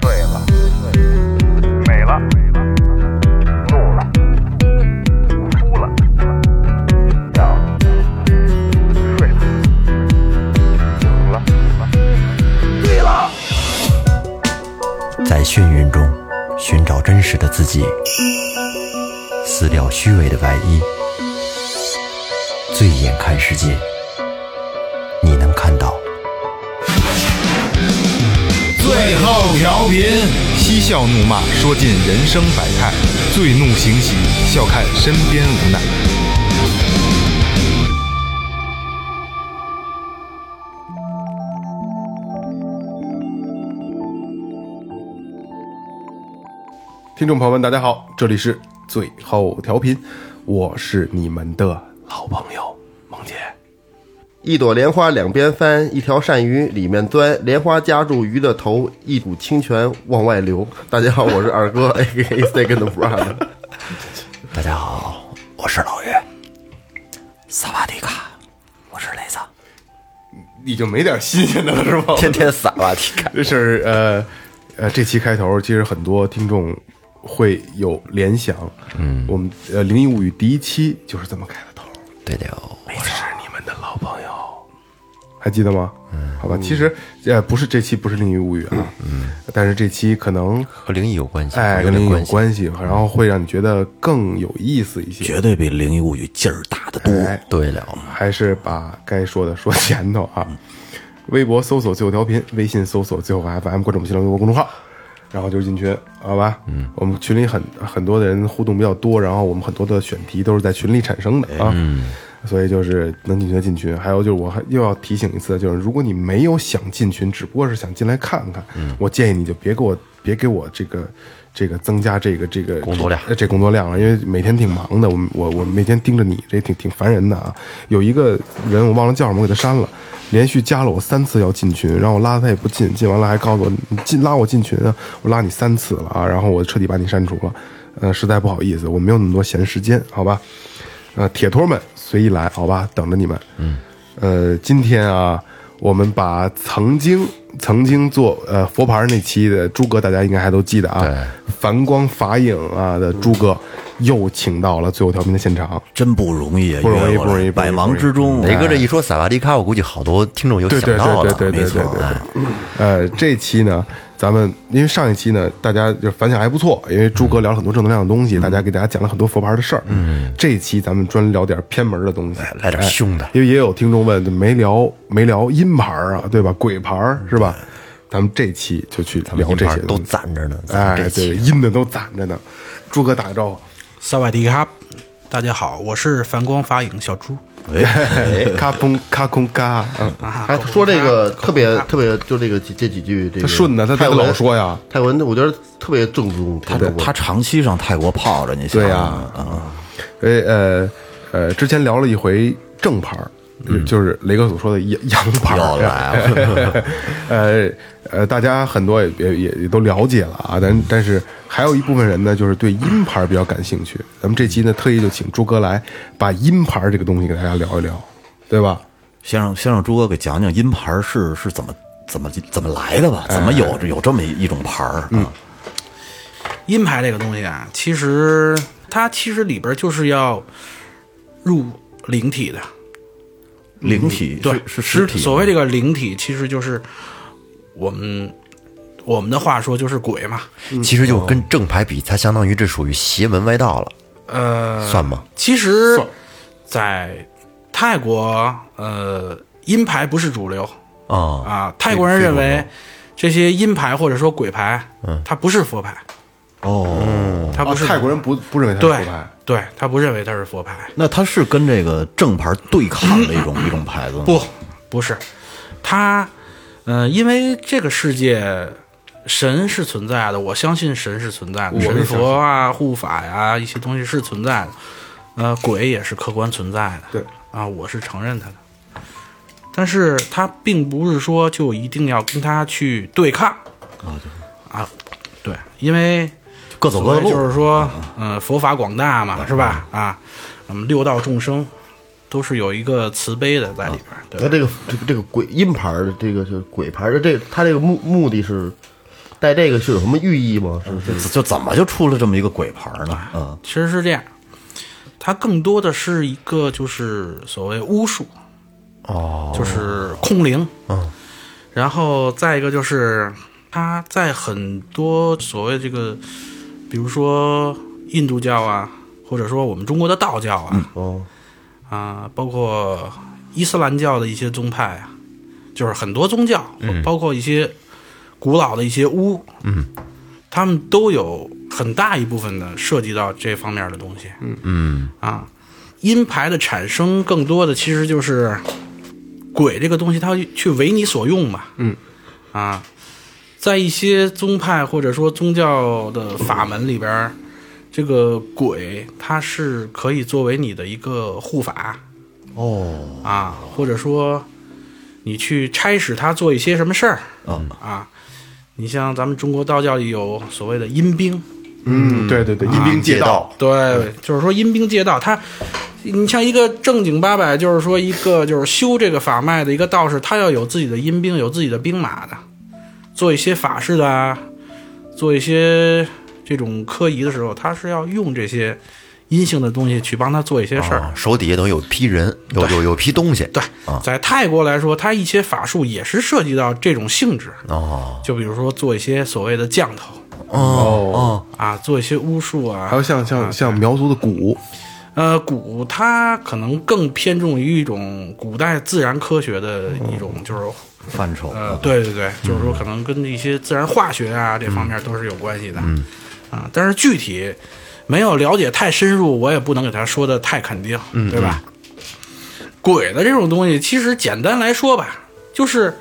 醉了，美了，怒了，哭了，笑了，睡了，醒了。在眩晕中寻找真实的自己，撕掉虚伪的外衣，醉眼看世界，你能看到。最后调频，嬉笑怒骂，说尽人生百态；醉怒行喜，笑看身边无奈。听众朋友们，大家好，这里是最后调频，我是你们的老朋友萌姐。一朵莲花两边翻，一条鳝鱼里面钻，莲花夹住鱼的头，一股清泉往外流。大家好，我是二哥 A K A Second Brother。大家好，我是老岳。萨瓦迪卡，我是雷子。已经没点新鲜的了是吧？天天萨瓦迪卡。这是呃呃，这期开头其实很多听众会有联想，嗯，我们呃《灵异物语》第一期就是这么开的头，对的哦，我是你们的老朋友，还记得吗？嗯，好吧，其实呃不是这期不是《灵异物语》啊，嗯，但是这期可能和灵异有关系，哎有跟点灵异有关系。关系，然后会让你觉得更有意思一些，绝对比《灵异物语》劲儿大得多。哎对了，还是把该说的说前头嗯啊。微博搜索最后调频，微信搜索最后 FM，关注我们新浪微博公众号，然后就是进群，好吧？嗯，我们群里很很多的人互动比较多，然后我们很多的选题都是在群里产生的哎啊。嗯，所以就是能进群的进群，还有就是我还又要提醒一次，就是如果你没有想进群，只不过是想进来看看，嗯我建议你就别给我别给我这个这个增加这个这个工作量这工作量了，因为每天挺忙的，我我我每天盯着你，这挺挺烦人的啊。有一个人我忘了叫什么，我给他删了，连续加了我三次要进群，然后我拉他也不进，进完了还告诉我你进拉我进群啊，我拉你三次了啊，然后我彻底把你删除了，呃，实在不好意思，我没有那么多闲时间，好吧？呃，铁托们随意来，好吧，等着你们。嗯，呃，今天啊，我们把曾经曾经做呃佛牌那期的朱哥，大家应该还都记得啊，繁光法影啊的朱哥，又请到了最后调频的现场。真不容易啊，不容易约过来不容易百忙之中，雷哥这一说萨瓦迪卡，我估计好多听众有对对想到对了，对对对没错对对哎对。呃，这期呢，咱们因为上一期呢，大家就是反响还不错，因为朱哥聊了很多正能量的东西，大家给大家讲了很多佛牌的事儿。嗯，这期咱们专聊点偏门的东西，来点凶的哎因为也有听众问没聊没聊阴牌儿啊，对吧？鬼牌儿是吧？咱们这期就去聊这一块些嗯儿都东西。攒着呢。咱们哎，这对，期阴的都攒着呢。朱哥打个招呼，萨瓦迪卡，大家好，我是反光法影小猪。哎哎咔空咔空咔，嗯，啊，还哎说这个特别特别，就这个几这几句，这他个顺的，他他泰文老说呀，泰文，我觉得特别正宗。他泰国他长期上泰国泡着，你想啊嗯对呀、想呃呃呃，之前聊了一回正牌儿，就是雷哥所说的洋洋牌儿，又来啊了 呃呃，大家很多也也也也都了解了啊，但但是还有一部分人呢，就是对阴牌儿比较感兴趣。咱们这期呢，特意就请朱哥来把阴牌儿这个东西给大家聊一聊，对吧？ 先让先让朱哥给讲讲阴牌是是怎么怎么怎么来的吧？怎么有有这么一一种牌儿啊？阴牌这个东西啊，其实它其实里边就是要入灵体的，灵体对，是是尸体吗，所谓这个灵体，其实就是我们我们的话说就是鬼嘛。其实就跟正牌比，它相当于这属于邪门歪道了，呃，算吗？其实，在泰国，呃，阴牌不是主流啊，啊。泰国人认为这些阴牌或者说鬼牌，嗯，它不是佛牌，哦，它啊不，是泰国人不不认为他是对佛牌，对，他不认为它是佛牌。那它是跟这个正牌对抗的一种一种牌子吗？不，不是，他，呃，因为这个世界神是存在的，我相信神是存在的，神佛啊、护法呀、一些东西是存在的，呃，鬼也是客观存在的，对啊，我是承认它的，但是它并不是说就一定要跟它去对抗，啊，对，因为各走各的所谓就路是。说，嗯、佛法广大嘛，是吧？啊，我们六道众生都是有一个慈悲的在里边儿，对吧那这个这个这个鬼阴牌儿的这个就是鬼牌儿的这他这个目目的是带这个是有什么寓意吗？是不就是？就怎么就出了这么一个鬼牌呢？嗯，其实是这样，它更多的是一个就是所谓巫术，哦，就是控灵，嗯，然后再一个就是它在很多所谓这个，比如说印度教啊，或者说我们中国的道教啊，哦，啊，包括伊斯兰教的一些宗派啊，就是很多宗教，包括一些古老的一些巫，嗯，他们都有很大一部分的涉及到这方面的东西，嗯啊，阴牌的产生更多的其实就是鬼这个东西，它去为你所用嘛，嗯啊，在一些宗派或者说宗教的法门里边儿。这个鬼，它是可以作为你的一个护法，啊，或者说你去差使他做一些什么事儿，嗯啊，你像咱们中国道教里有所谓的阴兵，嗯，对对对，阴兵借道，对，就是说阴兵借道，他，你像一个正经八百，就是说一个就是修这个法脉的一个道士，他要有自己的阴兵，有自己的兵马的，做一些法事的啊，做一些这种科仪的时候，他是要用这些阴性的东西去帮他做一些事儿。啊，手底下等于有批人，有有有批东西。啊对，在泰国来说，它一些法术也是涉及到这种性质，哦就比如说做一些所谓的降头哦哦，啊，做一些巫术还有啊。像像像苗族的鼓，呃，古它可能更偏重于一种古代自然科学的一种，就是范畴。啊呃，对对对，就是说可能跟一些自然化学啊这方面都是有关系的。嗯，啊，但是具体没有了解太深入，我也不能给他说的太肯定，对吧？鬼的这种东西，其实简单来说吧，就是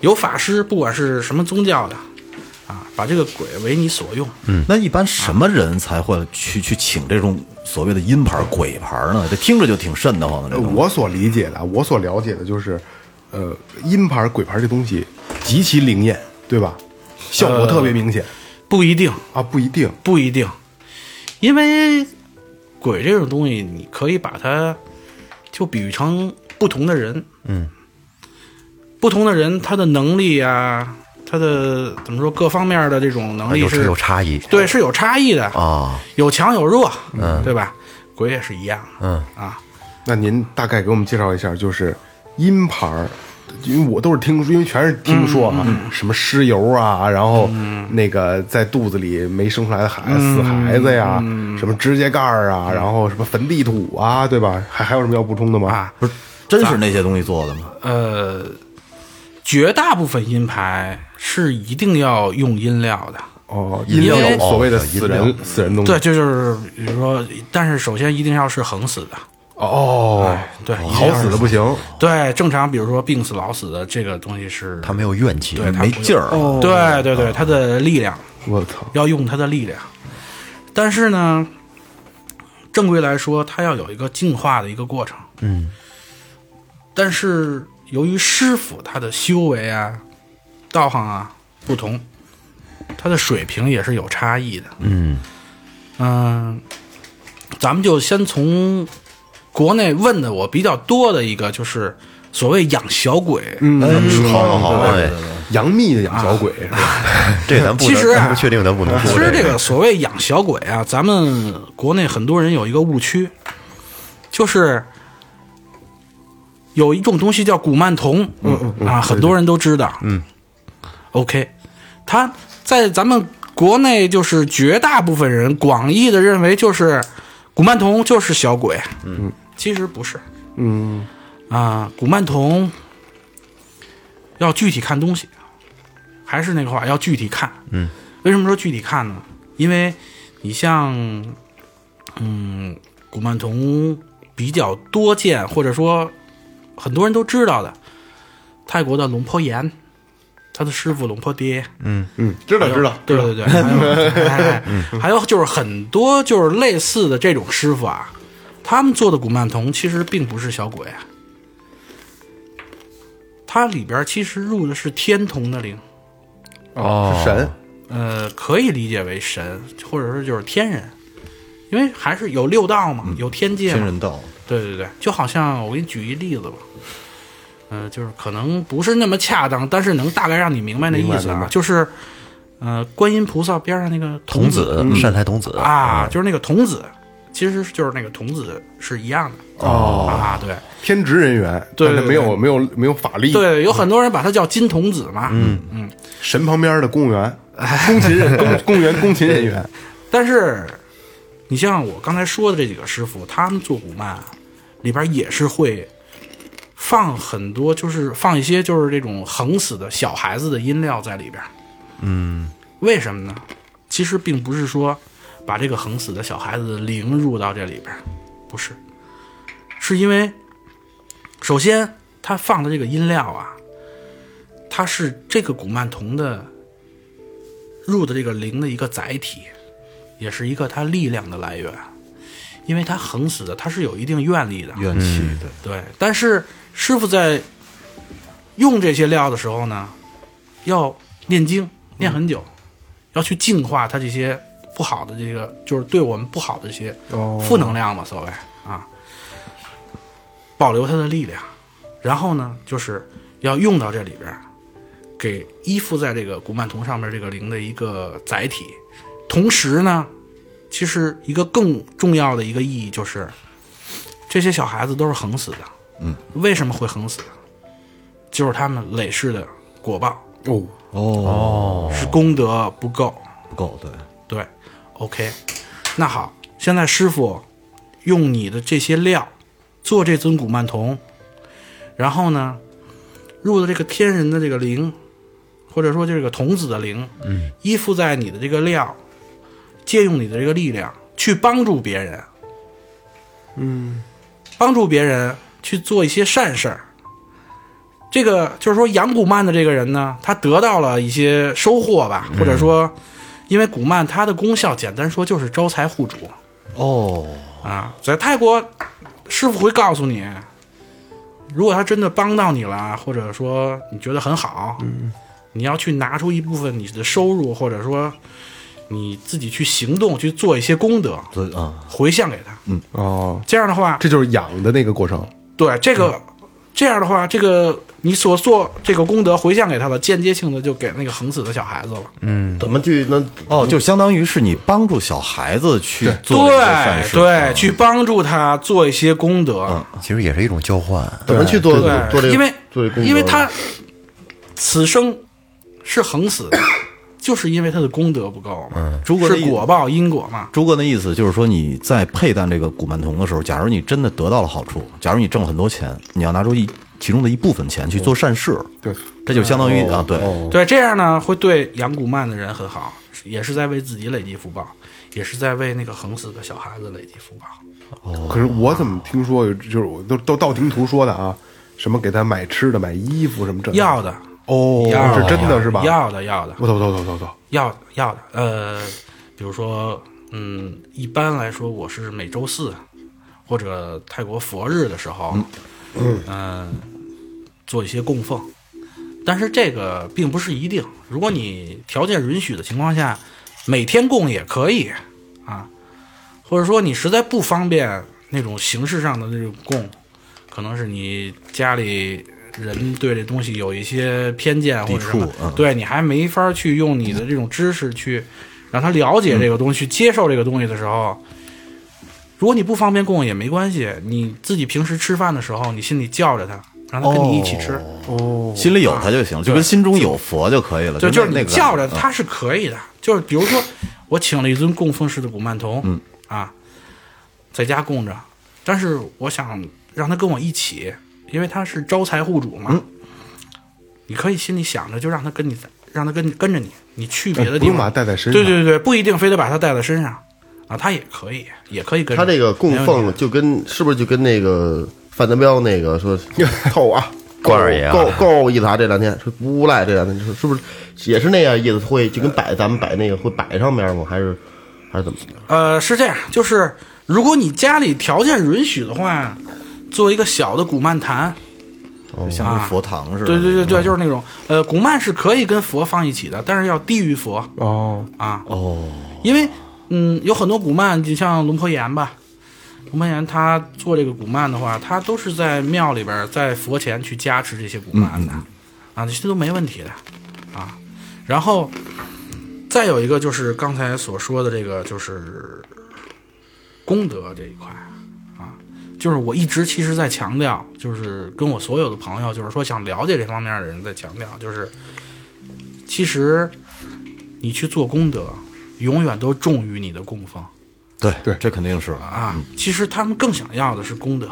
有法师，不管是什么宗教的，啊，把这个鬼为你所用。那一般什么人才会去去请这种所谓的阴牌鬼牌呢？这听着就挺瘆得慌的。这呃种我所理解的，我所了解的就是，呃，阴牌鬼牌这东西极其灵验，对吧？效果特别明显、不一定，啊，不一定。不一定，因为鬼这种东西，你可以把它就比喻成不同的人，嗯，不同的人他的能力啊，他的怎么说各方面的这种能力有是有差异。对，是有差异的，哦啊，有强有弱，嗯，对吧？鬼也是一样的，嗯啊，那您大概给我们介绍一下，就是阴牌儿，因为我都是听说，因为全是听说啊，什么尸油啊，然后那个在肚子里没生出来的孩子、死孩子呀，什么指甲盖儿啊，然后什么坟地土啊，对吧？还还有什么要补充的吗？啊不是真是那些东西做的吗？呃，绝大部分阴牌是一定要用阴料的，哦，阴料料所谓的哦死阴人料死人东西对，，这就是比如说，但是首先一定要是横死的，哦，对，一定好要是死的不行，对，正常比如说病死、老死的这个东西是，他没有怨气，对他哦没不劲儿啊。对对对，他的力量我操！要用他的力量，但是呢，正规来说，它要有一个净化的一个过程。嗯，但是由于师傅他的修为啊、道行啊不同，他的水平也是有差异的。嗯咱们就先从国内问的我比较多的一个，就是所谓养小鬼。嗯，哎嗯好好好，哎，杨幂的养小鬼是啊吧？这咱不能其实啊咱不确定，咱不能其说实这个个所谓养小鬼啊，咱们国内很多人有一个误区，就是有一种东西叫古曼童，嗯嗯啊，很多人都知道，嗯，OK，他在咱们国内就是绝大部分人广义的认为就是古曼童就是小鬼，嗯，其实不是，嗯，啊，古曼童要具体看东西，还是那个话，要具体看。嗯，为什么说具体看呢？因为你像，嗯，古曼童比较多见，或者说很多人都知道的，泰国的龙坡岩，他的师傅龙坡爹，知道还有啊知道，对对对，还有哎 还有就是很多就是类似的这种师傅啊，他们做的古曼童其实并不是小鬼，啊它里边其实入的是天童的灵，哎哦，是神呃，可以理解为神，或者是就是天人，因为还是有六道嘛，有嗯天界天嘛，人道，对对对，就好像我给你举一例子吧，呃嗯、就是可能不是那么恰当，但是能大概让你明白那意思啊，就是，呃，观音菩萨边上那个童子子善财童子啊，就是那个童子，其实就是那个童子是一样的哦啊，对天职人员，对但是对没有没有没有法力，对，有很多人把它叫金童子嘛，嗯嗯，神旁边的公务员，哎公勤人 公公务员公勤人员，但是你像我刚才说的这几个师傅，他们做古曼啊里边也是会放很多，就是放一些就是这种横死的小孩子的音料在里边。嗯，为什么呢？其实并不是说把这个横死的小孩子的灵入到这里边，不是，是因为首先他放的这个音料啊，它是这个古曼童的入的这个灵的一个载体。也是一个他力量的来源，因为他横死的，他是有一定愿力的。怨气嗯的，对，但是师傅在用这些料的时候呢，要念经，念很久，要去净化他这些不好的这个，就是对我们不好的这些负能量嘛，所谓啊，保留他的力量。然后呢，就是要用到这里边儿，给依附在这个古曼童上面这个灵的一个载体。同时呢，其实一个更重要的一个意义就是，这些小孩子都是横死的。嗯，为什么会横死？就是他们累世的果报哦，是功德不够。不够对，对，OK，那好，现在师傅用你的这些料做这尊古曼童，然后呢，入了这个天人的这个灵，或者说这个童子的灵，嗯，依附在你的这个料，借用你的这个力量去帮助别人，嗯，帮助别人去做一些善事儿。这个就是说，养古曼的这个人呢，他得到了一些收获吧，或者说，因为古曼它的功效，简单说就是招财护主哦，啊。在泰国，师傅会告诉你，如果他真的帮到你了，啊或者说你觉得很好，嗯你要去拿出一部分你的收入，或者说你自己去行动去做一些功德，所以啊，回向给他。哦，这样的话，这就是养的那个过程，对这个、这样的话，这个你所做这个功德回向给他了，间接性的就给那个横死的小孩子了。怎么去能哦，就相当于是你帮助小孩子去做一些善对事，嗯对，去帮助他做一些功德。其实也是一种交换。怎么去做对，做这个？因为做这个工作因为他此生是横死的，就是因为他的功德不够嘛，嗯如果这是一果报因果嘛。朱哥的意思就是说，你在佩戴这个古曼童的时候，假如你真的得到了好处，假如你挣了很多钱，你要拿出一其中的一部分钱去做善事，对，这就相当于啊，对，哦对，这样呢会对养古曼的人很好，也是在为自己累积福报，也是在为那个横死的小孩子累积福报。嗯可是我怎么听说有，就是我都都道听途说的啊，什么给他买吃的、买衣服什么这要的，哦，要是的真的是吧？要的，要的，我走走走走走，要的，要的。呃，比如说，嗯，一般来说，我是每周四或者泰国佛日的时候，嗯、做一些供奉。但是这个并不是一定，如果你条件允许的情况下，每天供也可以啊，或者说你实在不方便那种形式上的那种供，可能是你家里人对这东西有一些偏见或者什么抵触嗯，对你还没法去用你的这种知识去让他了解这个东西、接受这个东西的时候，如果你不方便供也没关系，你自己平时吃饭的时候，你心里叫着他，让他跟你一起吃，心里有他就行，就跟心中有佛就可以了，就那就是那你个叫着嗯他是可以的。就是比如说，我请了一尊供奉式的古曼童，嗯啊，在家供着，但是我想让他跟我一起，因为他是招财护主嘛。你可以心里想着，就让他跟你在，让他跟你跟着你，你去别的不地用把它方，带在身上，对对对，不一定非得把他带在身上啊，他也可以，也可以跟着他这个供没问奉题就跟是不是就跟那个范德彪那个说够啊，关二爷啊够够够意思啊！这两天说不无赖这两天说是不是也是那样意思？会就跟摆咱们摆那个会摆上面吗？还是还是怎么着？呃，是这样，就是如果你家里条件允许的话，做一个小的古曼坛，就像跟佛堂似的，对对对对，就是那种呃，古曼是可以跟佛放一起的，但是要低于佛哦，啊。哦，因为嗯，有很多古曼，你像龙婆岩吧，龙婆岩他做这个古曼的话，他都是在庙里边儿，在佛前去加持这些古曼的、啊，这些都没问题的啊。然后再有一个就是刚才所说的这个，就是功德这一块啊，就是我一直其实在强调，就是跟我所有的朋友，就是说想了解这方面的人在强调，就是其实你去做功德，永远都重于你的供奉对对，这肯定是啊。其实他们更想要的是功德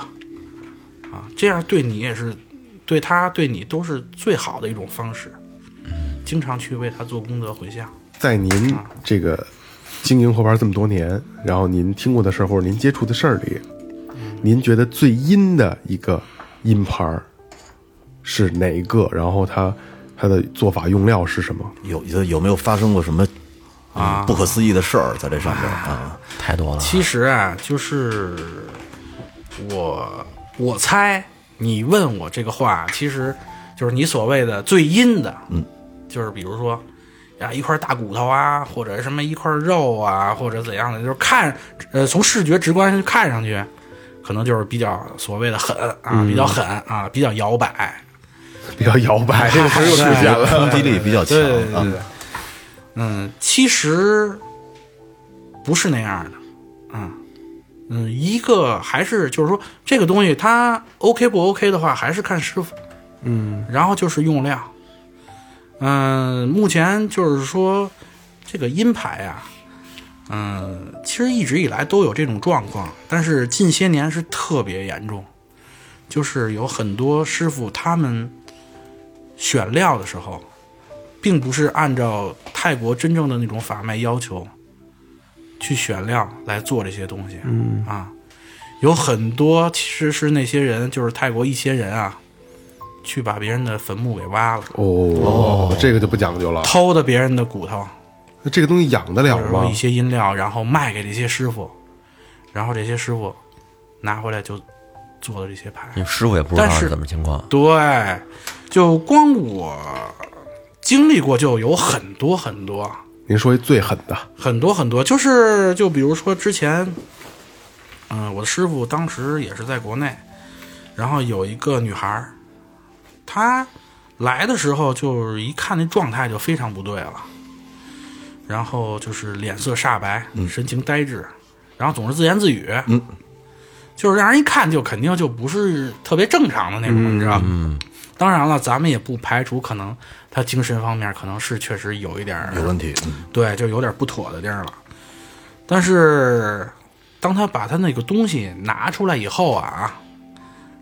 啊，这样对你也是，对他对你都是最好的一种方式。经常去为他做功德回向。在您这个经营活盘这么多年，然后您听过的事儿或者您接触的事儿里，您觉得最阴的一个阴牌儿是哪一个？然后它它的做法用料是什么？有有有没有发生过什么啊不可思议的事儿在这上面啊？太多了。其实啊，就是我我猜你问我这个话，其实就是你所谓的最阴的，嗯，就是比如说呀一块大骨头啊，或者什么一块肉啊，或者怎样的，就是看呃从视觉直观看上去，可能就是比较所谓的狠啊，比较狠啊，比较摇摆，比较摇摆，这个词儿又出现了。攻击力比较强对对对啊对，对，嗯，其实不是那样的，嗯嗯，一个还是就是说这个东西它 OK 不 OK 的话，还是看师傅，嗯，然后就是用量，嗯，目前就是说这个阴牌啊，嗯，其实一直以来都有这种状况，但是近些年是特别严重，就是有很多师傅他们选料的时候，并不是按照泰国真正的那种法脉要求去选料来做这些东西，嗯啊，有很多其实是那些人，就是泰国一些人啊，去把别人的坟墓给挖了，哦，这个就不讲究了。偷的别人的骨头，那这个东西养得了然后吗一？些阴料，然后卖给这些师傅，然后这些师傅拿回来就做的这些牌。因为师傅也不知道但是是怎么情况，对，就光我经历过就有很多很多您说一最狠的，很多很多，就是就比如说之前，嗯、我的师傅当时也是在国内，然后有一个女孩儿，她来的时候就是一看那状态就非常不对了，然后就是脸色煞白，神情呆滞，然后总是自言自语，嗯，就是让人一看就肯定就不是特别正常的那种，你知道吗？当然了，咱们也不排除可能她精神方面可能是确实有一点儿有问题。嗯对，就有点不妥的地儿了。但是，当他把他那个东西拿出来以后啊，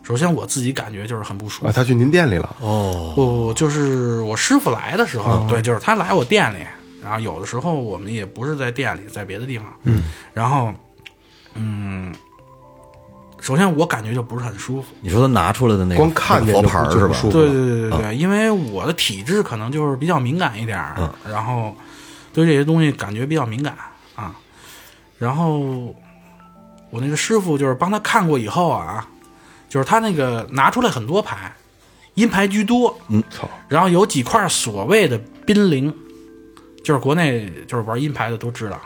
首先我自己感觉就是很不舒服。啊，他去您店里了，不，就是我师傅来的时候，对，就是他来我店里，然后有的时候我们也不是在店里，在别的地方，嗯，然后，嗯，首先我感觉就不是很舒服，你说他拿出来的那个光看见那个就佛牌儿不就是吧不？嗯舒服对对对对对，因为我的体质可能就是比较敏感一点儿，嗯然后对这些东西感觉比较敏感啊。然后我那个师傅就是帮他看过以后啊，就是他那个拿出来很多牌，阴牌居多，嗯，操，然后有几块所谓的濒临，就是国内就是玩阴牌的都知道，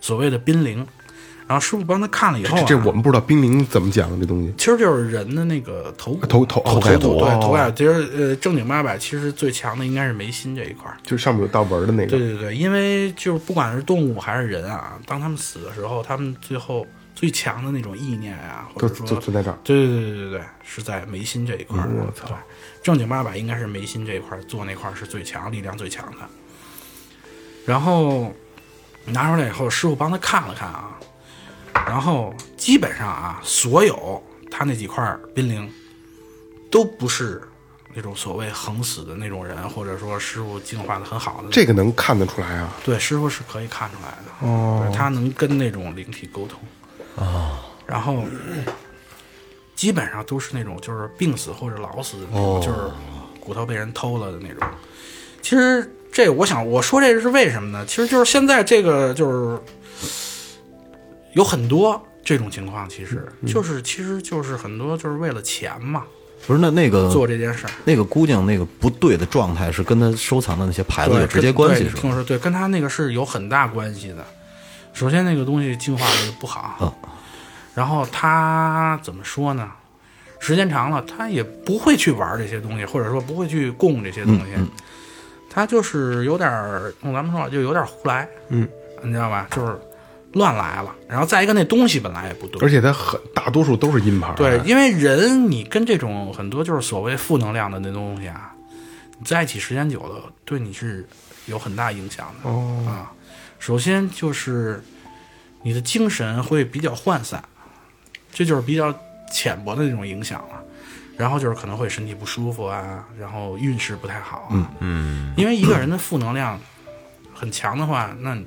所谓的濒临。然后师傅帮他看了以后、啊这，这我们不知道冰凌怎么讲这东西。其实就是人的那个头骨头头头哦头骨骨对哦头盖骨。其实呃，正经八百，其实最强的应该是眉心这一块儿。就上面有道纹的那个，对对对，因为就是不管是动物还是人啊，当他们死的时候，他们最后最强的那种意念啊，或都者说就存在这儿。对对对对对，是在眉心这一块儿。我操，正经八百应该是眉心这一块儿做那块儿是最强，力量最强的。然后拿出来以后，师傅帮他看了看啊，然后基本上啊，所有他那几块儿濒临都不是那种所谓横死的那种人，或者说师傅进化的很好的。这个能看得出来啊，对师傅是可以看出来的，哦，他能跟那种灵体沟通，哦，然后基本上都是那种就是病死或者老死的那种，就是骨头被人偷了的那种。其实这我想我说这个是为什么呢？其实就是现在这个就是有很多这种情况，其实就是其实就是很多就是为了钱嘛不是那那个做这件事儿。那个姑娘那个不对的状态是跟她收藏的那些牌子对，有直接关系跟是对吧？听说对，跟他那个是有很大关系的。首先，那个东西进化的不嗯好，然后他怎么说呢？嗯时间长了，他也不会去玩这些东西，或者说不会去供这些东西。他就是有点儿用咱们说法就有点儿胡来，嗯，你知道吧？就是乱来了。然后再一个，那东西本来也不对，而且它很大多数都是阴牌儿，对，因为人你跟这种很多就是所谓负能量的那东西啊，你在一起时间久了，对你是有很大影响的、啊。首先就是你的精神会比较涣散，这就是比较浅薄的那种影响了。然后就是可能会身体不舒服啊，然后运势不太好啊。嗯，因为一个人的负能量很强的话，那你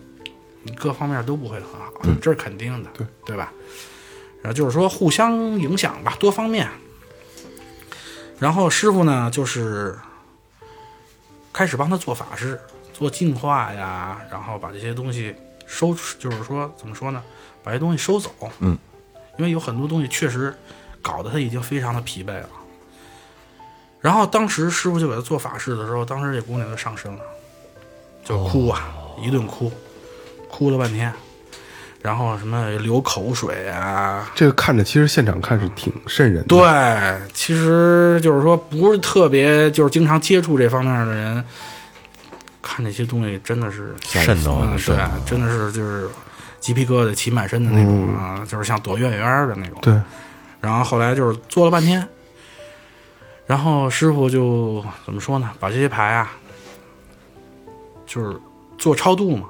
你各方面都不会很好，这是肯定的，对对吧？然后就是说互相影响吧，多方面。然后师傅呢，就是开始帮他做法事，做净化呀，然后把这些东西收，就是说怎么说呢，把这些东西收走。嗯，因为有很多东西确实搞得他已经非常的疲惫了。然后当时师傅就给他做法事的时候，当时这姑娘就上身了，就哭啊，一顿哭，哭了半天，然后什么流口水啊，这个看着其实现场看是挺瘆人的，对，其实就是说不是特别就是经常接触这方面的人，看这些东西真的是瘆得慌嗯瘆对得，真的是就是鸡皮疙瘩起满身的那种啊、嗯就是像躲院园的那种。对，然后后来就是做了半天，然后师傅就怎么说呢？把这些牌啊，就是做超度嘛，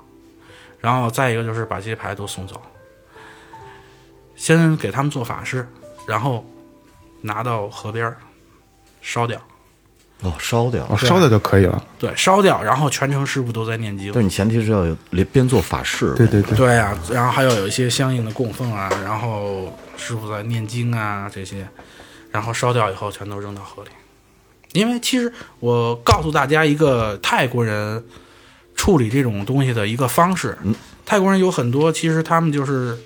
然后再一个就是把这些牌都送走，先给他们做法事，然后拿到河边儿烧掉。哦，烧掉哦，。烧掉就可以了。对，烧掉，然后全程师傅都在念经。但你前提是要有连边做法事，对对对，对啊，然后还有有一些相应的供奉啊，然后师傅在念经啊这些，然后烧掉以后全都扔到河里。因为其实我告诉大家一个泰国人处理这种东西的一个方式，嗯泰国人有很多其实他们就是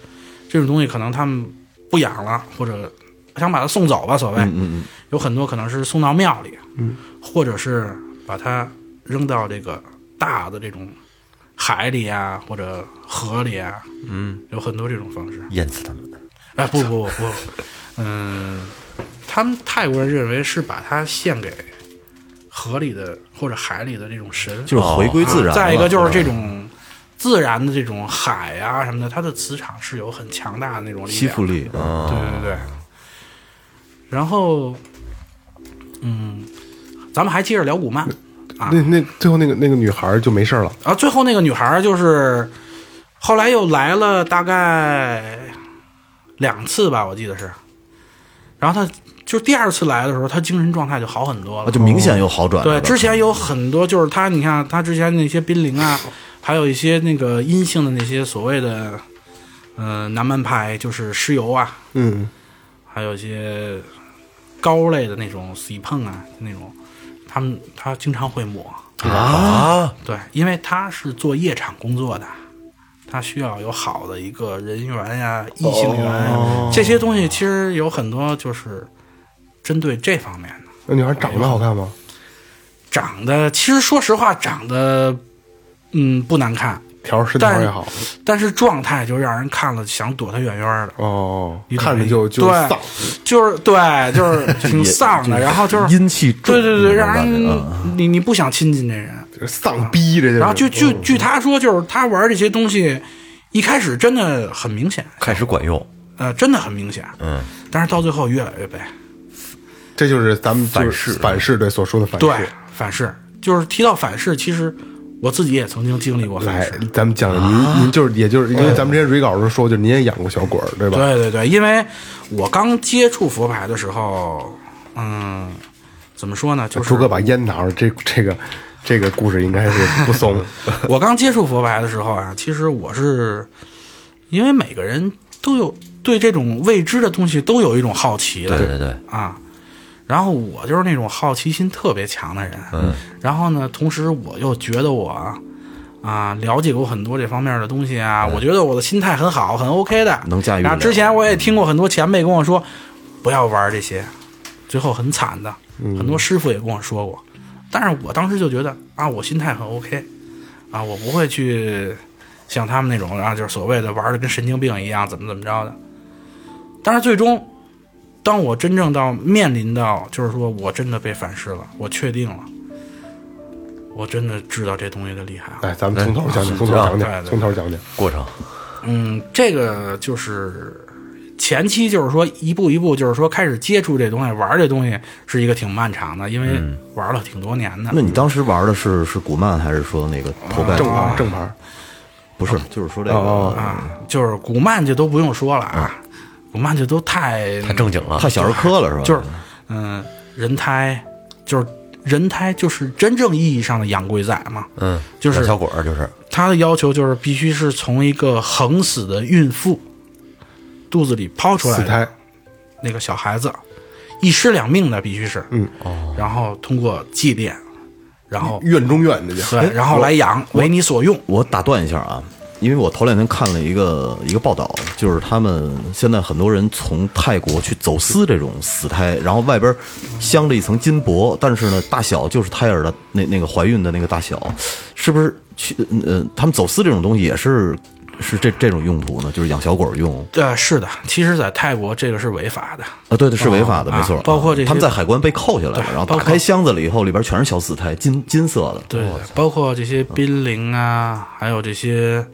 这种东西可能他们不养了，或者想把它送走吧，所谓，嗯嗯，有很多可能是送到庙里，或者是把它扔到这个大的这种海里啊，或者河里啊，嗯，有很多这种方式。淹死他们。哎，不不不不，嗯，他们泰国人认为是把它献给河里的或者海里的这种神，啊就是回归自然了。再一个就是这吧种自然的这种海啊什么的，它的磁场是有很强大的那种力量的吸附力，对对对。然后，嗯，咱们还接着聊古曼啊那那最后那个那个女孩儿就没事儿了，啊。最后那个女孩儿就是后来又来了大概两次吧，我记得是。然后她就第二次来的时候，她精神状态就好很多了啊，。就明显有好转了。对，之前有很多就是他，你看他之前那些濒临啊，还有一些那个阴性的那些所谓的，呃，南门派就是石油啊，嗯，还有一些膏类的那种洗碰啊那种，他们他经常会抹，啊，对，因为他是做夜场工作的，他需要有好的一个人缘呀、异性缘呀、这些东西，其实有很多就是针对这方面的。那女孩长得好看吗？长得其实说实话，长得嗯不难看，条儿身条儿也好，但是状态就让人看了想躲他远远的，哦，你懂看着吗就就对丧，就是对， 就是挺丧的，然后就是阴气重对对对，让那种感觉嗯人你你不想亲近这人。就是丧逼这就是。嗯然后就哦据据他说，就是他玩这些东西，一开始真的很明显，开始管用，呃，真的很明显，嗯，但是到最后越来越背，这就是咱们就反噬是反噬对所说的反噬。哎对，反噬就是提到反噬，其实我自己也曾经经历过反来噬，，啊哎咱们讲讲您，您就是，也就是因为咱们之前蕊稿的时候说，就是您也养过小鬼儿，对吧？对对对，因为我刚接触佛牌的时候，嗯，怎么说呢，就是朱哥把烟拿出来，这这个这个故事应该是不 松。我刚接触佛牌的时候啊，其实我是因为每个人都有对这种未知的东西都有一种好奇的，对对对，啊。然后我就是那种好奇心特别强的人，嗯。然后呢，同时我又觉得我啊了解过很多这方面的东西啊，我觉得我的心态很好，很 OK 的，嗯能驾驭得了然后之前我也听过很多前辈跟我说，不要玩这些，最后很惨的，嗯很多师傅也跟我说过。但是我当时就觉得啊，我心态很 OK，啊，我不会去像他们那种，然啊后就是所谓的玩的跟神经病一样，怎么怎么着的。但是最终当我真正到面临到，就是说我真的被反噬了，我确定了，我真的知道这东西的厉害了。哎，咱们从头讲讲，从头讲讲，从头讲讲。过程嗯，这个就是前期，就是说一步一步，就是说开始接触这东西、玩这东西，是一个挺漫长的，因为玩了挺多年的。那你当时玩的是是古曼还是说那个头盖正？牌正牌，不是，就是说这个啊，就是古曼就都不用说了啊，古曼就都太太正经了，太小儿科了是吧？就是嗯、人胎，就是人胎，就是真正意义上的洋鬼仔嘛。嗯，就是小果儿，就是他的要求就是必须是从一个横死的孕妇肚子里抛出来死的胎，那个小孩子，一尸两命的必须是，嗯，然后通过祭奠，然后院中院这叫。对，然后来养，为你所用。我打断一下啊，因为我头两天看了一个一个报道，就是他们现在很多人从泰国去走私这种死胎，然后外边镶着一层金箔，但是呢，大小就是胎儿的那那个怀孕的那个大小，是不是去呃，他们走私这种东西也是是这这种用途呢？就是养小狗用呃，是的，其实，在泰国这个是违法的，啊？对对，是违法的，啊没错。包括这些他们在海关被扣下来对了，然后包打括开箱子了以后，里边全是小死胎，金金色的。对，包括这些濒临啊，还有这些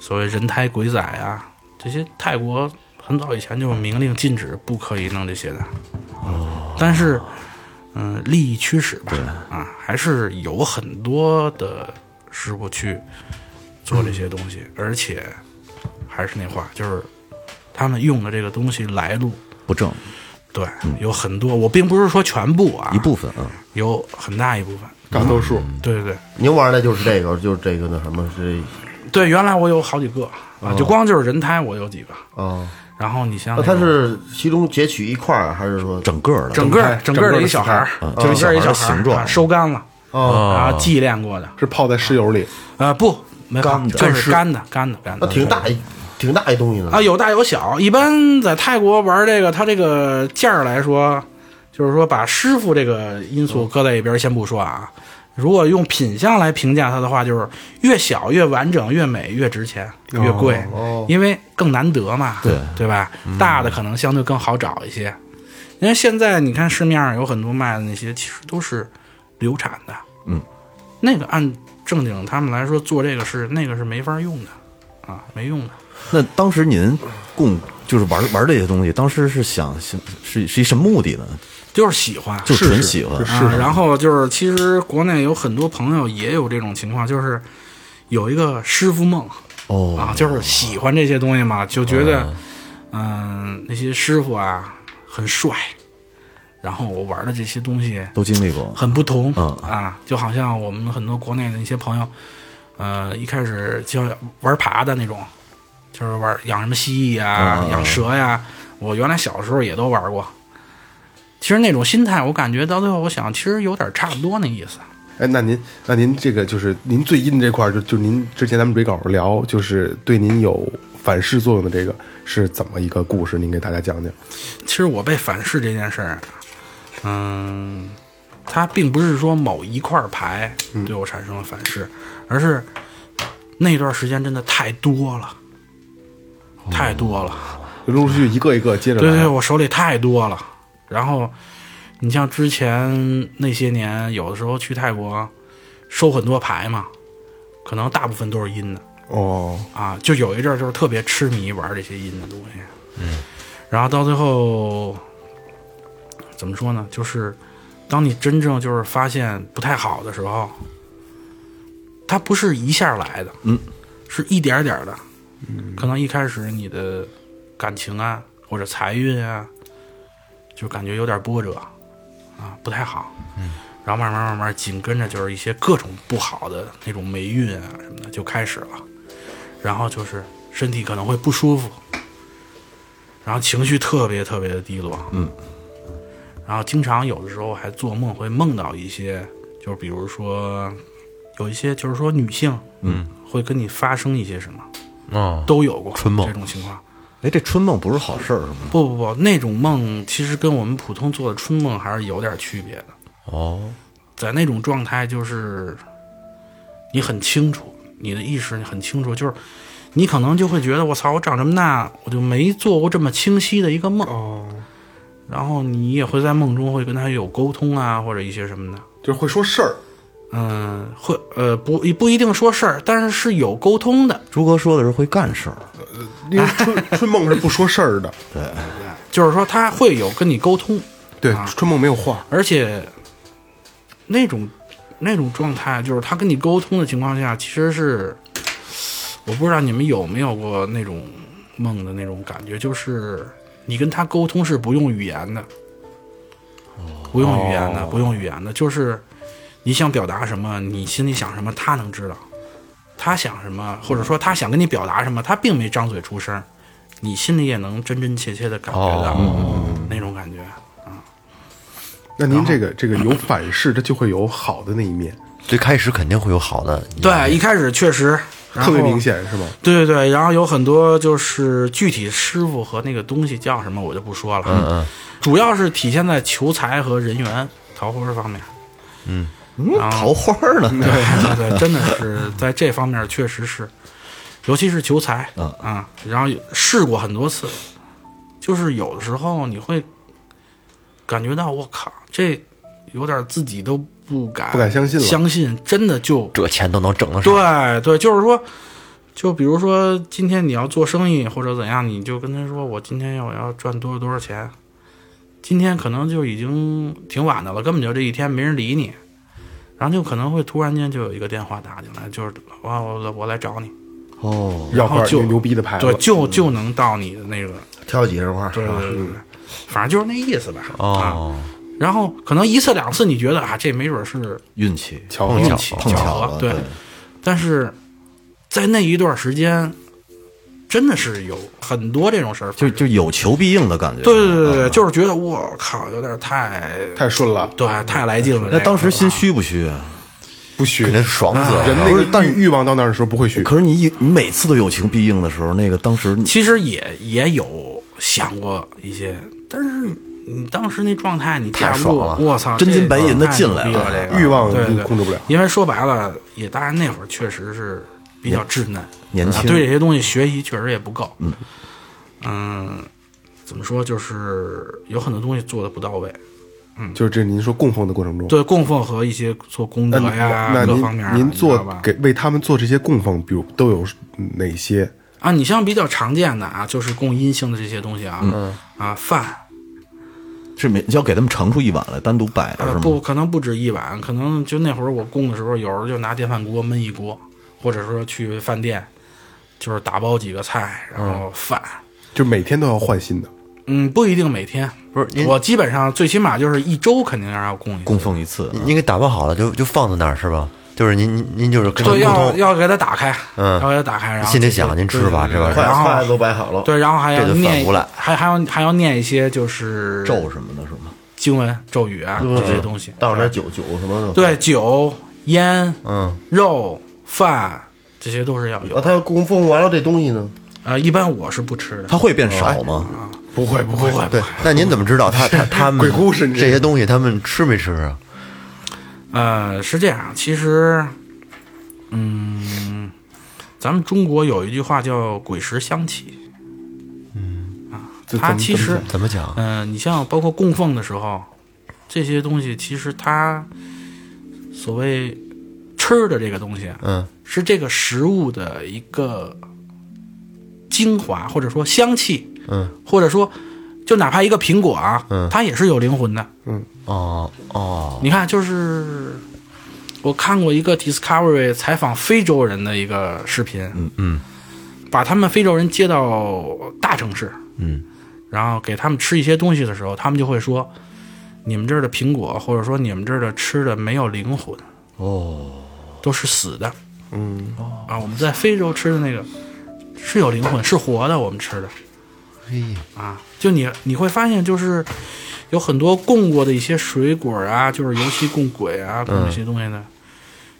所谓人胎鬼仔啊，这些泰国很早以前就明令禁止不可以弄这些的。哦，但是，嗯、利益驱使吧，啊，还是有很多的师傅去做这些东西，嗯而且还是那话，就是他们用的这个东西来路。不正对，有很多，我并不是说全部啊，嗯一部分啊，有很大一部分，大多数对对对，您玩的就是这个，就是这个那什么是对，原来我有好几个啊，就光就是人胎我有几个，哦，然后你像那那它种是其中截取一块儿，还是说整个的。整个整整个个的的一小孩儿，整个儿一小孩儿的小孩儿形状啊收干了，哦，然后祭炼过的，是泡在石油里，呃不，没干的就是干的干的干那的，挺大一挺大一东西呢啊，有大有小，一般在泰国玩这个，它这个件儿来说，就是说把师傅这个因素搁在一边儿先不说啊，如果用品相来评价它的话，就是越小越完整越美越值钱越贵，因为更难得嘛，哦对嗯对吧？大的可能相对更好找一些，因为现在你看市面上有很多卖的那些，其实都是流产的，嗯，那个按正经他们来说做这个是那个是没法用的啊，没用的。那当时您供就是玩玩这些东西，当时是想想是是一什么目的呢？就是喜欢，就试纯试喜欢就。试啊。试。然后就是，其实国内有很多朋友也有这种情况，就是有一个师傅梦哦，啊，就是喜欢这些东西嘛，就觉得，嗯、那些师傅啊很帅，然后我玩的这些东西都经历过。很不同、嗯啊，就好像我们很多国内的一些朋友，呃，一开始就要玩爬的那种，就是玩养什么蜥蜴啊、养蛇呀、我原来小时候也都玩过。其实那种心态，我感觉到最后，我想其实有点差不多那意思。哎，那您那您这个就是您最阴这块儿，就就您之前咱们追稿聊，就是对您有反噬作用的这个是怎么一个故事？您给大家讲讲。其实我被反噬这件事儿啊，嗯，它并不是说某一块牌对我产生了反噬，而是那段时间真的太多了，太多了。就陆陆续续一个一个接着来。对对，我手里太多了。然后，你像之前那些年，有的时候去泰国收很多牌嘛，可能大部分都是阴的哦，啊。就有一阵儿就是特别痴迷玩这些阴的东西。嗯。然后到最后，怎么说呢？就是当你真正就是发现不太好的时候，它不是一下来的，嗯，是一点儿点儿的。可能一开始你的感情啊，或者财运啊，就感觉有点波折啊，不太好。嗯，然后慢慢慢慢，紧跟着就是一些各种不好的那种霉运啊什么的就开始了，然后就是身体可能会不舒服，然后情绪特别特别的低落。嗯，然后经常有的时候还做梦会梦到一些，就是比如说有一些就是说女性，嗯，会跟你发生一些什么。哦，都有过春梦这种情况。哎，这春梦不是好事儿是吗？不不不，那种梦其实跟我们普通做的春梦还是有点区别的。哦，在那种状态，就是你很清楚，你的意识你很清楚，就是你可能就会觉得我操，我长这么大我就没做过这么清晰的一个梦。哦。然后你也会在梦中会跟他有沟通啊，或者一些什么的。就是会说事儿，嗯、会呃不不一定说事儿，但是是有沟通的，朱哥说的是会干事儿，因 为春春梦是不说事儿的，就是说他会有跟你沟通，对，啊春梦没有话，而且那种那种状态，就是他跟你沟通的情况下，其实是我不知道你们有没有过那种梦的那种感觉，就是你跟他沟通是不用语言的，不用语言的，不用语言的，就是你想表达什么，你心里想什么，他能知道。他想什么，或者说他想跟你表达什么，他并没张嘴出声，你心里也能真真切切的感觉到、那种感觉。那您这个这个有反噬，它就会有好的那一面，最开始肯定会有好的，对，一开始确实然特别后明显是吗？对对对，然后有很多就是具体师傅和那个东西叫什么，我就不说了。嗯嗯，主要是体现在求财和人缘、桃花方面。啊桃花呢？对对对， 真的是在这方面确实是，尤其是求财嗯啊，然后也试过很多次，就是有的时候你会感觉到我靠，这有点自己都不敢不敢相信了相信真的就这钱都能挣得上。对对，就是说，就比如说今天你要做生意或者怎样，你就跟他说我今天我要赚多少多少钱。今天可能就已经挺晚的了，根本就这一天没人理你，然后就可能会突然间就有一个电话打进来，就是我我我来找你，哦，要块后就牛逼的牌哎子，对，就嗯就能到你的那个，挑几人话，对对对对，反正就是那意思吧。啊，哦，然后可能一次两次你觉得啊，这没准是 运气巧合碰运巧气碰巧了，合对但是在那一段时间，真的是有很多这种事儿发就生。就有求必应的感觉。对对对对对，嗯就是觉得我靠，有点太太顺了，对太来劲了。嗯那当时这心个虚不虚啊？不虚。肯定人爽死了。那个但欲望到那儿的时候不会虚，可是你一你每次都有求必应的时候，那个当时你其实也也有想过一些，但是你当时那状态，你架不住，爽了我操，真金白银地这进来了太牛逼了，这个欲望对对控制不了因为说白了，也当然那会儿确实是比较稚嫩，年轻啊对这些东西学习确实也不够。嗯怎么说，就是有很多东西做的不到位。就是这您说供奉的过程中，对供奉和一些做功德那您呀，那各方面啊，您您你知做道吧给为他们做这些供奉，比如都有哪些？啊，你像比较常见的啊，就是供阴性的这些东西啊，啊饭，是每你要给他们盛出一碗来单独摆着呃，是吗？不可能不止一碗，可能就那会儿我供的时候，有时候就拿电饭锅焖一锅，或者说去饭店，就是打包几个菜，然嗯后饭。就每天都要换新的，嗯，不一定每天，不是您我基本上最起码就是一周肯定要供一次供奉一次，嗯您您给打包好了就就放在那儿是吧？就是您您您就是跟他对，沟要通，要给它打开，嗯要给它打开，然后心里就想您吃吧，这玩意筷儿然后筷子都摆好了，对，然后还要这就反念过来，还还要还要念一些就是咒什么的是吗？经文、咒语啊嗯这些东西。倒点酒酒什么的。，对，酒、烟、嗯，肉、饭，这些都是要有啊，。他要供奉完了这东西呢，啊，一般我是不吃的。它会变哎少吗？不会不会，对。那您怎么知道他他 他们鬼故事你这这些东西他们吃没吃啊？呃，是这样，其实，嗯，咱们中国有一句话叫“鬼食香气嗯啊这”，怎它么其怎实么，怎么讲？嗯、你像包括供奉的时候，这些东西其实它所谓吃的这个东西，嗯，是这个食物的一个精华，或者说香气，嗯，或者说就哪怕一个苹果啊，嗯它也是有灵魂的，哦哦，你看，就是我看过一个 Discovery 采访非洲人的一个视频，嗯嗯，把他们非洲人接到大城市，嗯，然后给他们吃一些东西的时候，他们就会说，你们这儿的苹果或者说你们这儿的吃的没有灵魂，哦，都是死的，嗯，啊，我们在非洲吃的那个是有灵魂，是活的，我们吃的，嘿，啊，就你你会发现，就是有很多供过的一些水果啊，就是尤其供鬼啊，供这些东西的，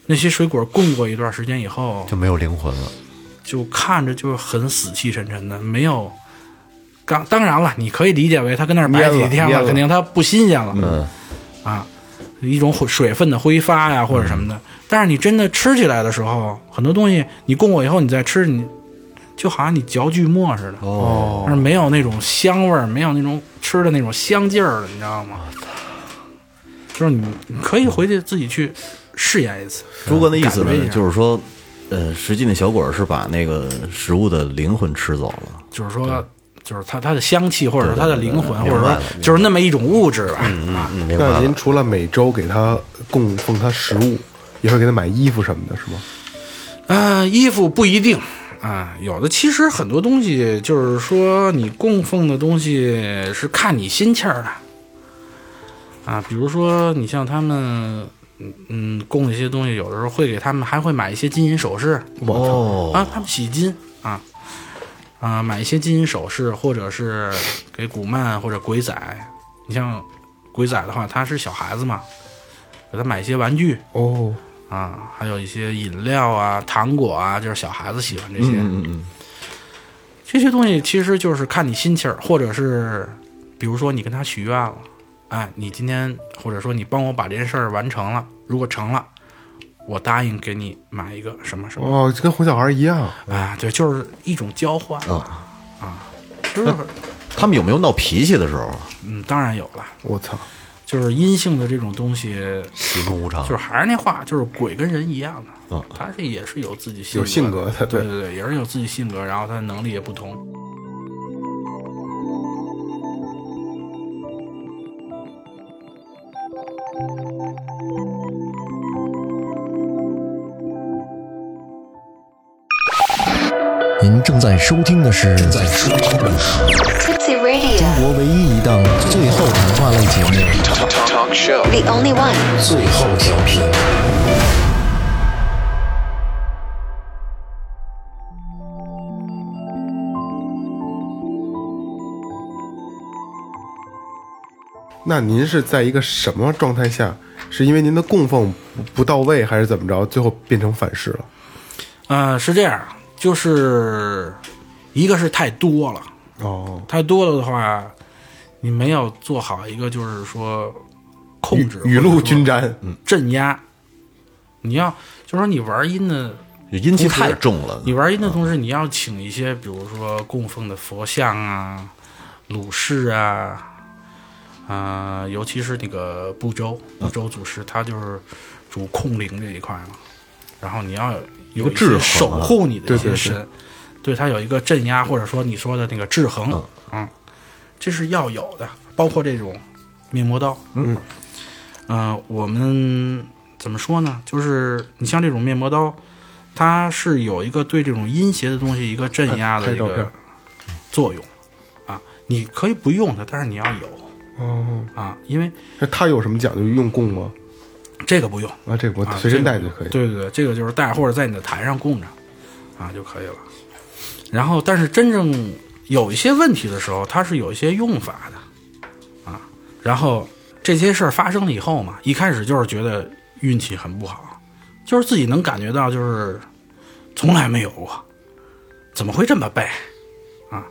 那些水果供过一段时间以后，就没有灵魂啊了。就看着就是很死气沉沉的，没有。刚当然了，你可以理解为它跟那儿摆蔫几了天蔫了，了肯定它不新鲜了，嗯，啊，一种水水分的挥发呀、或者什么的。但是你真的吃起来的时候，很多东西你供过以后，你再吃，你就好像你嚼锯末似的，哦但是没有那种香味儿，没有那种吃的那种香劲儿了，你知道吗？就是你你可以回去自己去试验一次。朱哥那意思感觉呢，一下就是说，呃，实际那小鬼儿是把那个食物的灵魂吃走了。就是说，就是它它的香气，或者说它的灵魂，或明者白说了就是那么一种物质吧。啊，嗯，明白那了您。除了每周给他供奉他食物，也会给他买衣服什么的，是吗？啊，衣服不一定啊，有的其实很多东西就是说你供奉的东西是看你心气儿的啊，比如说你像他们。嗯嗯，供的一些东西，有的时候会给他们，还会买一些金银首饰哦，啊，他们喜金啊啊，买一些金银首饰，或者是给古曼或者鬼仔。你像鬼仔的话，他是小孩子嘛，给他买一些玩具，哦，啊，还有一些饮料啊、糖果啊，就是小孩子喜欢这些。嗯嗯嗯，这些东西其实就是看你心气儿，或者是比如说你跟他许愿了，哎，你今天或者说你帮我把这件事儿完成了，如果成了，我答应给你买一个什么什么。哦，就跟哄小孩一样，啊，对，就是一种交换哦啊啊，就是他们有没有闹脾气的时候？啊嗯，当然有了，我操，就是阴性的这种东西，喜怒无常就是还是那话，就是鬼跟人一样的，啊他是也是有自己性嗯有性格的格的，对对，对对，也是有自己性格，然后他的能力也不同。您正在收听的是正在收听的是 Tipsy Radio, 中国唯一一档最后谈话类节目《 the only one. 最后调频》。那您是在一个什么状态下？是因为您的供奉不不到位，还是怎么着？最后变成反噬了？呃，是这样，就是一个是太多了，哦，太多了的话，你没有做好一个就是说控制雨露均沾，或者说嗯镇压。你要就是说你玩阴的，阴气太重了。你玩阴的同时，你要请一些比如说供奉的佛像啊、鲁氏啊。啊、尤其是那个不周，不周祖师，他就是主控灵这一块嘛。然后你要有一制衡些啊守护你的一对对些神，对他有一个镇压，或者说你说的那个制衡，嗯这是要有的。包括这种面磨刀，嗯，呃，我们怎么说呢？就是你像这种面磨刀，它是有一个对这种阴邪的东西一个镇压的拍一照片个作用啊。你可以不用它，但是你要有。哦，啊，因为那他有什么讲究用供吗？这个不用，啊，这个我啊随身这个带就可以。对对对，这个就是带或者在你的坛上供着，啊就可以了。然后，但是真正有一些问题的时候，它是有一些用法的，啊，然后这些事儿发生了以后嘛，一开始就是觉得运气很不好，就是自己能感觉到就是从来没有过，怎么会这么背啊？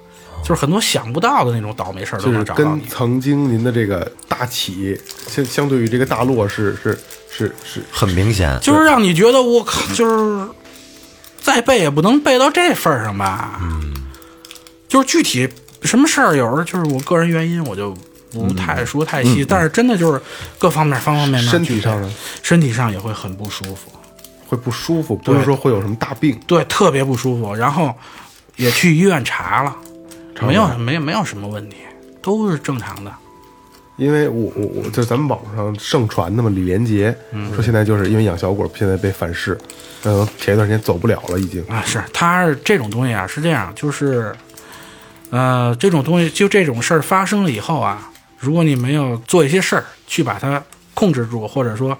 就是很多想不到的那种倒霉事儿都就能是找到跟你，曾经您的这个大起，相相对于这个大落是是是是，很明显，就是让你觉得我靠，就是再背也不能背到这份儿上吧。嗯，就是具体什么事儿，有时候就是我个人原因，我就不太说太细。但是真的就是各方面方方面嗯面，身体上具呢体身体上也会很不舒服，会不舒服，不是对说会有什么大病，对，特别不舒服。然后也去医院查了，查没有了没有没有什么问题，都是正常的。因为我我我就咱们网上盛传的嘛，李连杰嗯说现在就是因为养小鬼，现在被反噬，嗯，前一段时间走不了了，已经啊，是，它是这种东西啊，是这样，就是，呃，这种东西就这种事儿发生了以后啊，如果你没有做一些事儿去把它控制住，或者说，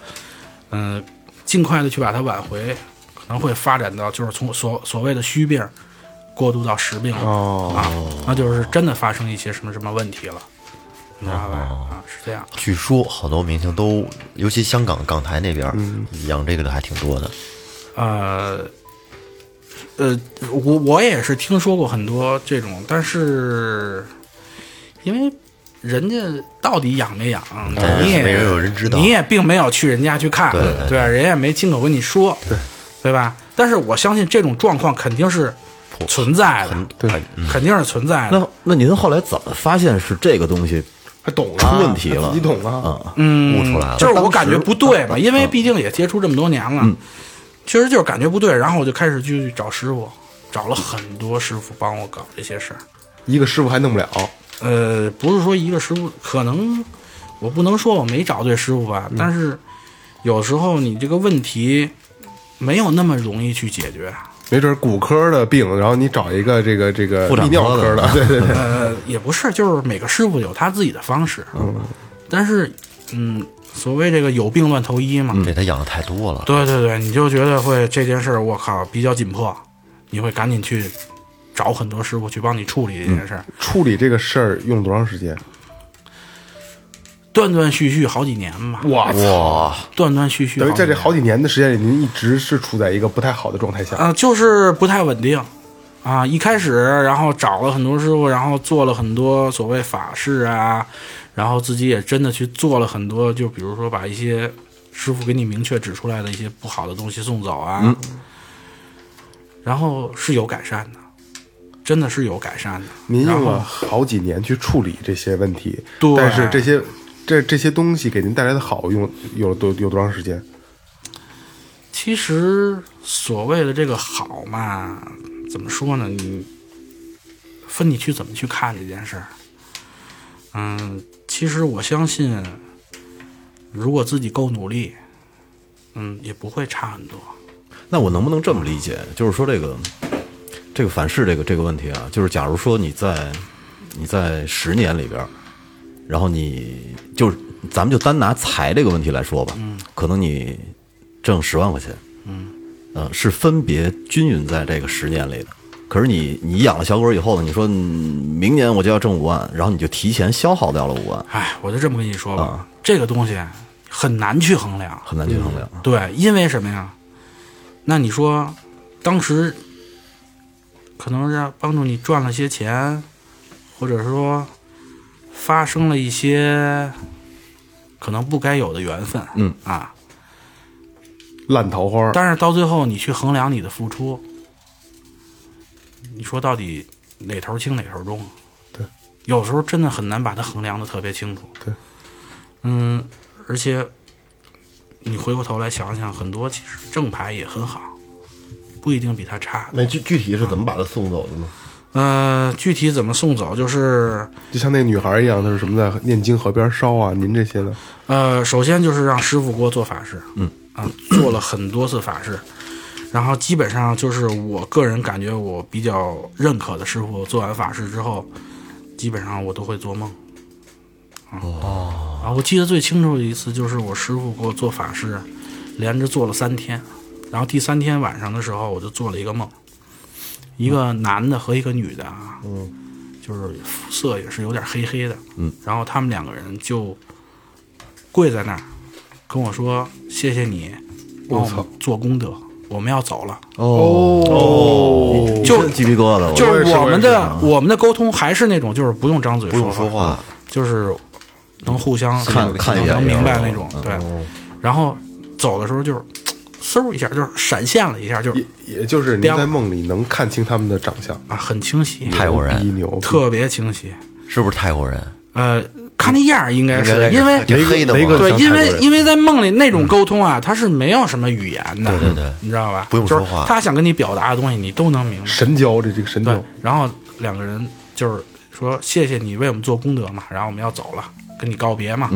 嗯、尽快的去把它挽回，可能会发展到就是从所所谓的虚病过渡到实病了、哦，啊，那就是真的发生一些什么什么问题了，你知道吧？啊，是这样。据说好多明星都，尤其香港港台那边儿嗯养这个的还挺多的。呃，呃，我我也是听说过很多这种，但是因为人家到底养没养，对你也没人有人知道你也并没有去人家去看，对对吧？人家也没亲口跟你说，对对吧？但是我相信这种状况肯定是存在的，对，嗯肯定是存在的。那那您后来怎么发现是这个东西他懂出了，啊啊问题了他自己懂了。悟出来了。嗯就是我感觉不对吧，因为毕竟也接触这么多年了，确实就是感觉不对，然后我就开始去找师傅，找了很多师傅帮我搞这些事儿。一个师傅还弄不了，呃，不是说一个师傅，可能我不能说我没找对师傅吧，但是有时候你这个问题没有那么容易去解决，没准骨科的病，然后你找一个这个这个妇产泌尿科科的的，对对对，呃，也不是，就是每个师傅有他自己的方式，但是嗯，所谓这个有病乱投医嘛，对他养的太多了，对对对，你就觉得会这件事儿，我靠，比较紧迫，你会赶紧去找很多师傅去帮你处理这件事儿，处理这个事儿用了多长时间？断断续续好几年吧，哇哇，断断续续好等几于年，在这好几年的时间里，您一直是处在一个不太好的状态下。啊，就是不太稳定啊。一开始，然后找了很多师傅，然后做了很多所谓法事啊，然后自己也真的去做了很多，就比如说把一些师傅给你明确指出来的一些不好的东西送走嗯啊，然后是有改善的，真的是有改善的。您然用后了好几年去处理这些问题，对但是这些这这些东西给您带来的好用有了多有多长时间？其实所谓的这个好嘛，怎么说呢？你分你去怎么去看这件事儿。嗯，其实我相信，如果自己够努力，嗯，也不会差很多。那我能不能这么理解？就是说这个这个反噬这个这个问题啊，就是假如说你在你在十年里边儿，然后你就是咱们就单拿财这个问题来说吧，嗯可能你挣十万块钱，嗯，呃，是分别均匀在这个十年里的。可是你你养了小狗以后呢，你说嗯明年我就要挣五万，然后你就提前消耗掉了五万，哎，我就这么跟你说吧，这个东西很难去衡量。很难去衡量。对，因为什么呀？那你说，当时可能是帮助你赚了些钱，或者说发生了一些可能不该有的缘分，嗯啊，烂桃花，但是到最后你去衡量你的付出，你说到底哪头轻哪头重？对，有时候真的很难把它衡量的特别清楚。对，嗯，而且你回过头来想想，很多其实正牌也很好，不一定比它差。那具具体是怎么把他送走的呢？呃，具体怎么送走，就是就像那女孩一样，她是什么在念经河边烧啊？您这些呢？呃，首先就是让师傅给我做法事，嗯啊，做了很多次法事，然后基本上就是我个人感觉我比较认可的师傅，做完法事之后，基本上我都会做梦。哦啊，我记得最清楚的一次就是我师傅给我做法事，连着做了三天，然后第三天晚上的时候我就做了一个梦，一个男的和一个女的啊，嗯，就是肤色也是有点黑黑的，嗯，然后他们两个人就。跪在那儿跟我说：“谢谢你，帮我们做功德，我们要走了。嗯哦，就鸡皮疙瘩，”就是是我们我也是的我们的沟通还是那种，就是不用张嘴不用说话，话，就是能互相看看一眼能就明白行那种。嗯对，然后走的时候就是嗖一下，就是闪现了一下，就是也也就是您在梦里能看清他们的长相，啊，很清晰，泰国一人牛逼特别清晰。是不是泰国人？呃，看那样儿应该是因为这黑的雷嘛哥对，像因泰国为人因为在梦里那种沟通啊，它是没有什么语言的，对嗯对对你知道吧？不用就是说话他想跟你表达的东西，你都能明白。神交这这个神对交，，然后两个人就是说谢谢你为我们做功德嘛，然后我们要走了，跟你告别嘛，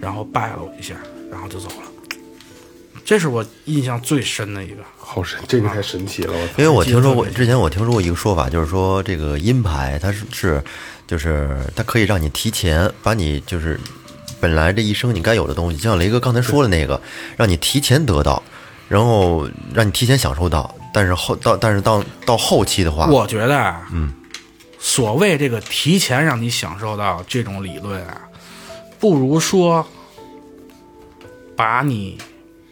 然后拜了我一下，然后就走了。这是我印象最深的一个，好神，这个太神奇了！我操因为我听说过，之前我听说过一个说法，就是说这个阴牌它是是，就是它可以让你提前把你就是本来这一生你该有的东西，就像雷哥刚才说的那个，让你提前得到，然后让你提前享受到，但是后到但是到到后期的话，我觉得啊，嗯，所谓这个提前让你享受到这种理论啊，不如说把你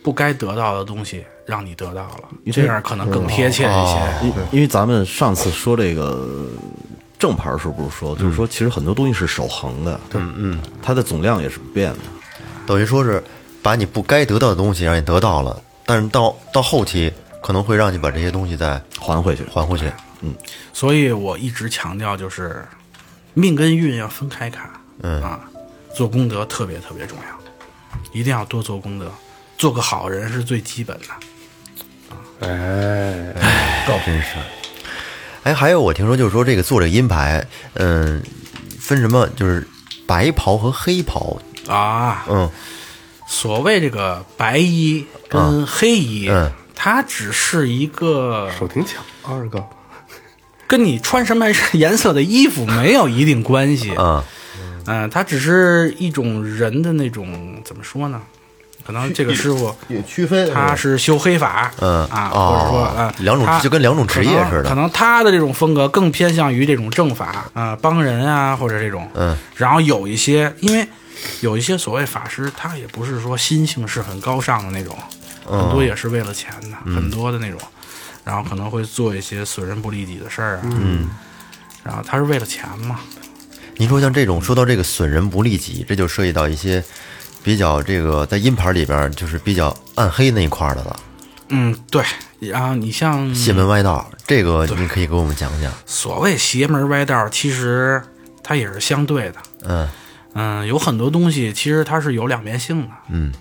不该得到的东西让你得到了，这样可能更贴切一些。因因为咱们上次说这个正牌儿时候不是说，就是说其实很多东西是守恒的，嗯嗯，它的总量也是不变的。等于说是把你不该得到的东西让你得到了，但是到到后期可能会让你把这些东西再还回去还回去。所以我一直强调就是命跟运要分开看，嗯啊，做功德特别特别重要，一定要多做功德，做个好人是最基本的。哎，还有我听说就是说这个做这个阴牌，嗯，分什么就是白袍和黑袍，啊，嗯，所谓这个白衣跟黑衣，嗯它只是一个手挺巧，二哥，跟你穿什么颜色的衣服没有一定关系啊，嗯、它只是一种人的那种怎么说呢？可能这个师傅有区分，他是修黑法，嗯啊，哦或者说啊，两种他就跟两种职业可能似的可能他的这种风格更偏向于这种政法啊，帮人啊，或者这种。嗯，然后有一些，因为有一些所谓法师，他也不是说心性是很高尚的那种，嗯很多也是为了钱的，很多的那种。然后可能会做一些损人不利己的事儿啊。嗯。然后他是为了钱嘛？您说像这种说到这个损人不利己，这就涉及到一些比较这个在阴牌里边儿就是比较暗黑那一块儿的了，嗯，对。然后你像邪门歪道，嗯这个你可以给我们讲讲。所谓邪门歪道，其实它也是相对的。嗯嗯，有很多东西其实它是有两面性的。嗯，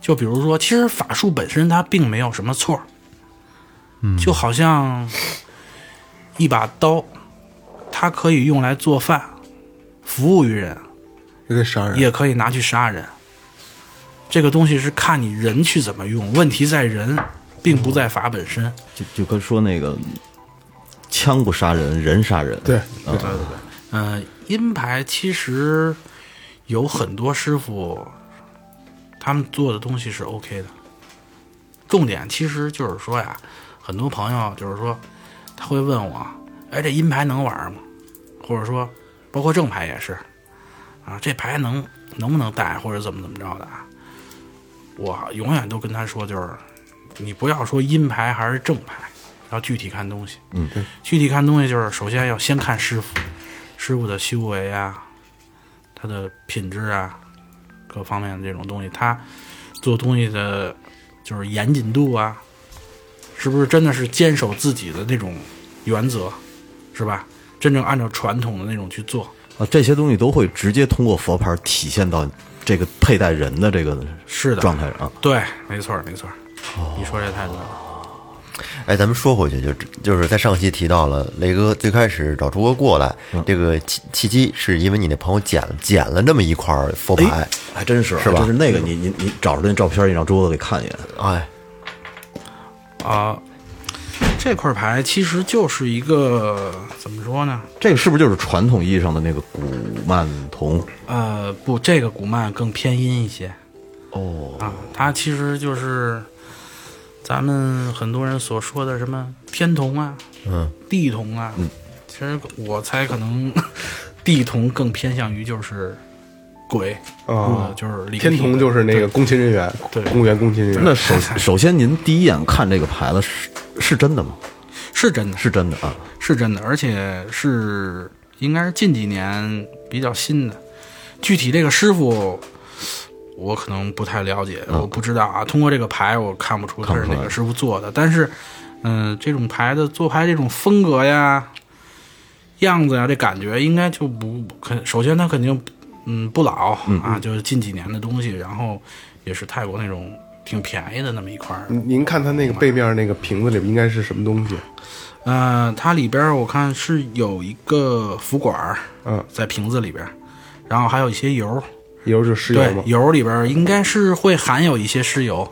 就比如说，其实法术本身它并没有什么错。嗯，就好像一把刀，它可以用来做饭，服务于人，有点杀人，也可以拿去杀人。这个东西是看你人去怎么用，问题在人，并不在法本身。就就跟说那个枪不杀人，人杀人。对，嗯、阴牌其实有很多师傅，他们做的东西是 OK 的。重点其实就是说呀，很多朋友就是说，他会问我，哎，这阴牌能玩吗？或者说，包括正牌也是，啊，这牌能能不能带，或者怎么怎么着的啊？我永远都跟他说，就是你不要说阴牌还是正牌，要具体看东西。嗯，具体看东西就是首先要先看师傅，师傅的修为啊，他的品质啊，各方面的这种东西，他做东西的就是严谨度啊，是不是真的是坚守自己的那种原则，是吧？真正按照传统的那种去做，啊，这些东西都会直接通过佛牌体现到这个佩戴人的这个是的状态上。对，没错儿，没错儿，你说这太对了，哎，咱们说回去，就就是在上期提到了雷哥最开始找朱哥过来，嗯这个契契机是因为你那朋友捡了捡了这么一块儿佛牌哎，，还真是，是吧就是那个你你你找着那照片，你让桌子给看一眼。哎，啊、这块牌其实就是一个怎么说呢？这个是不是就是传统意义上的那个古曼童？呃，不，这个古曼更偏阴一些。哦，啊，它其实就是咱们很多人所说的什么天童啊，嗯，地童啊，嗯，其实我猜可能 地童更偏向于就是鬼啊嗯就是灵天体童就是那个公勤人员，对公务员公勤人员。那首首先您第一眼看这个牌子是是真的吗？是真的，是真的啊，是真的，而且是应该是近几年比较新的。具体这个师傅，我可能不太了解，我不知道啊。通过这个牌，我看不出他是哪个师傅做的。但是，嗯、这种牌的做牌这种风格呀、样子呀，这感觉应该就不肯。首先，他肯定嗯不老啊，就是近几年的东西，然后也是泰国那种挺便宜的那么一块儿。您您看它那个背面那个瓶子里边应该是什么东西？呃，它里边儿我看是有一个服管儿，嗯，在瓶子里边儿，然后还有一些油儿，也就是石油对吗，？油儿里边儿应该是会含有一些尸油，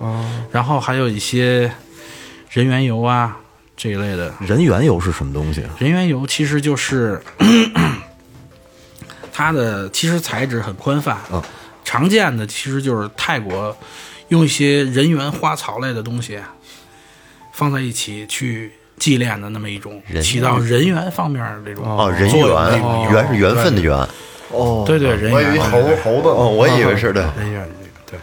然后还有一些人缘油啊这一类的。人猿油是什么东西啊？人缘油其实就是 它的其实材质很宽泛，嗯常见的其实就是泰国用一些人缘花草类的东西放在一起去祭炼的那么一种，人起到人缘方面的这种哦，人作用的一种缘，缘是缘分的缘，哦，对对人我还以为缘猴猴子哦，呢，我以为是对，人缘对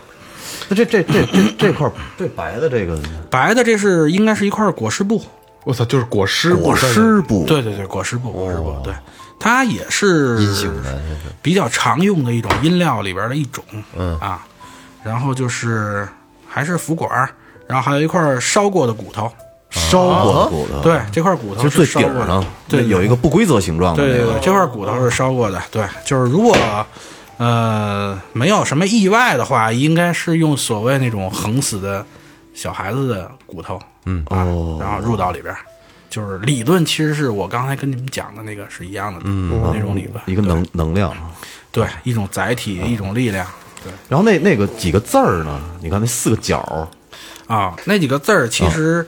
那这这这这这块儿这白的这个白的这是应该是一块裹尸布，我操，就是果尸，裹尸布，对对对，裹尸布，裹尸布，对，它也是阴性的比较常用的一种阴料里边的一种，嗯啊，然后就是还是服管儿，然后还有一块烧过的骨头，烧过的骨头，，对，这块骨头啊就最是烧顶过的上，对，有一个不规则形状的对那对个对，这块骨头是烧过的，对，就是如果呃，没有什么意外的话，应该是用所谓那种横死的小孩子的骨头，嗯啊，哦然后入到里边儿，就是理论其实是我刚才跟你们讲的那个是一样的，嗯，那种理论，一个能能量。对一种载体，一种力量，对然后那那个几个字儿呢？你看那四个角儿，啊，嗯那几个字儿其实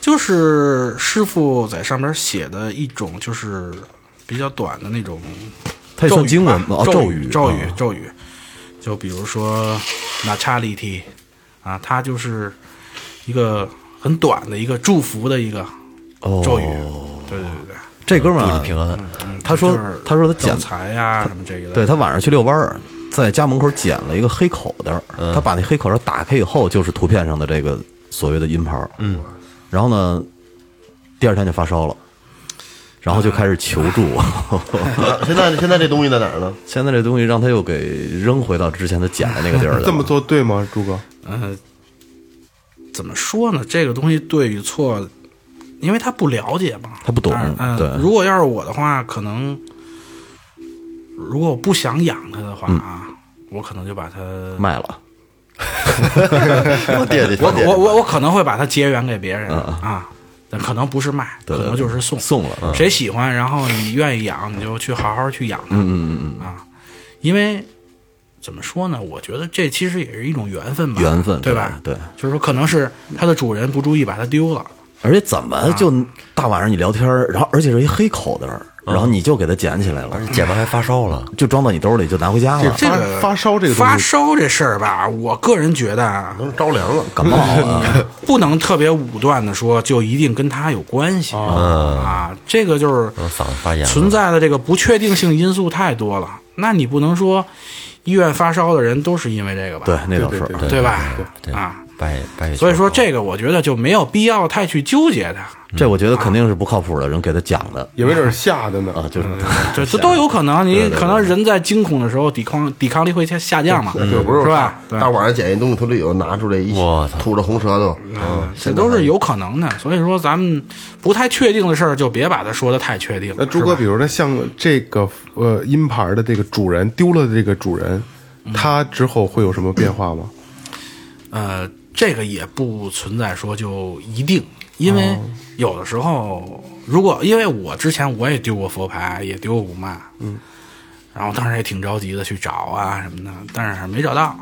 就是师傅在上面写的一种，就是比较短的那种它也咒算语经文吧吗？啊，咒语，咒咒语，咒语，就比如说那查利提啊，它就是一个很短的一个祝福的一个哦咒语，对对对对。这哥们儿祝啊你平安。他说嗯就是他说他招捡财呀、什么这个的，对他晚上去遛弯儿，在家门口捡了一个黑口袋儿，嗯他把那黑口袋儿打开以后，就是图片上的这个所谓的阴牌。嗯，然后呢，第二天就发烧了，然后就开始求助。现在现在这东西在哪儿呢？现在这东西让他又给扔回到之前他捡的那个地 儿去了。这么做对吗，朱哥？怎么说呢？这个东西对与错，因为他不了解嘛，他不懂当然嗯、对如果要是我的话，可能如果我不想养它的话嗯啊，我可能就把它卖啊了，我爹爹，我爹我我我可能会把它结缘给别人、啊，但可能不是卖，对可能就是送送了嗯谁喜欢，然后你愿意养，你就去好好去养它。嗯嗯嗯啊，因为怎么说呢？我觉得这其实也是一种缘分吧，缘分对吧？对对就是说可能是它的主人不注意把它丢了。而且怎啊么就大晚上你聊天儿，然后而且是一黑口袋儿，然后你就给它捡起来了而，且捡完还发烧了，就装到你兜里就拿回家了。这发个发烧这个东西发烧这事儿吧，我个人觉得啊，着凉了，感冒了，不能特别武断的说就一定跟他有关系、啊，这个就是我嗓子发炎了存在的这个不确定性因素太多了。那你不能说医院发烧的人都是因为这个吧？对，那倒是。对吧？对啊，白白血球所以说这个我觉得就没有必要太去纠结它，这我觉得肯定是不靠谱的人给他讲的也没准儿吓的呢啊，就是对，这都有可能。你可能人在惊恐的时候抵抗抵抗力会下下降嘛，对，不是是吧？对大晚上捡一东西从里头拿出来一我操吐着红舌头，嗯这都是有可能的，所以说咱们不太确定的事儿，就别把它说的太确定。那朱是哥，吧比如说像这个呃阴牌的这个主人丢了的这个主人，嗯他之后会有什么变化吗？呃，这个也不存在说就一定，因为哦有的时候，如果因为我之前我也丢过佛牌，也丢过古曼，嗯，然后当时也挺着急的去找啊什么的，但是没找到，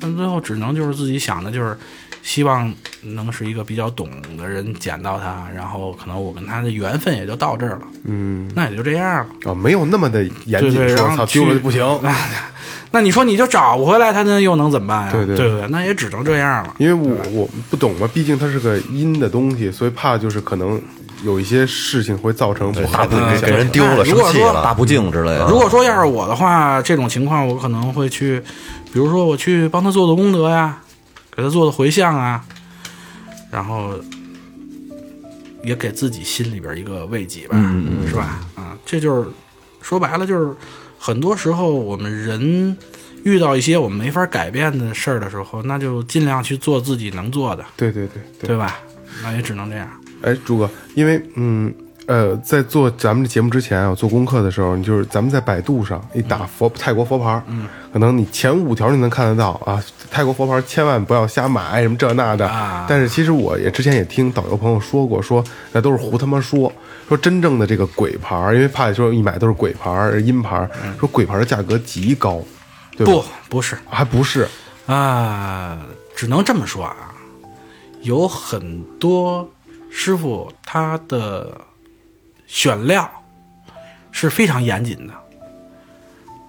但最后只能就是自己想的就是。希望能是一个比较懂的人捡到它，然后可能我跟他的缘分也就到这儿了，嗯，那也就这样了。啊，没有那么的严对谨，对，说然操后丢了就不行。那 那你说你就找回来，他那又能怎么办呀？啊对对对不对，那也只能这样了。因为我我不懂嘛，毕竟它是个阴的东西，所以怕就是可能有一些事情会造成不好 的影给响。人丢了，哎如生果气说大了，不敬嗯之类啊的。如果说要是我的话，这种情况我可能会去，比如说我去帮他做做功德呀，给他做做回向啊，然后也给自己心里边一个慰藉吧，嗯是吧？啊，这就是说白了，就是很多时候我们人遇到一些我们没法改变的事儿的时候，那就尽量去做自己能做的，对对对对。对吧？那也只能这样。哎，朱哥，因为嗯呃，在做咱们的节目之前啊，做功课的时候，你就是咱们在百度上一嗯打佛、泰国佛牌，嗯，可能你前五条你能看得到啊。泰国佛牌千万不要瞎买，什么这那的。啊但是其实我也之前也听导游朋友说过，说那都是胡他妈说。说真正的这个鬼牌，因为怕说一买都是鬼牌、阴牌，说鬼牌的价格极高，对吧嗯不，不是，还不是啊，只能这么说啊，有很多师傅他的选料是非常严谨的，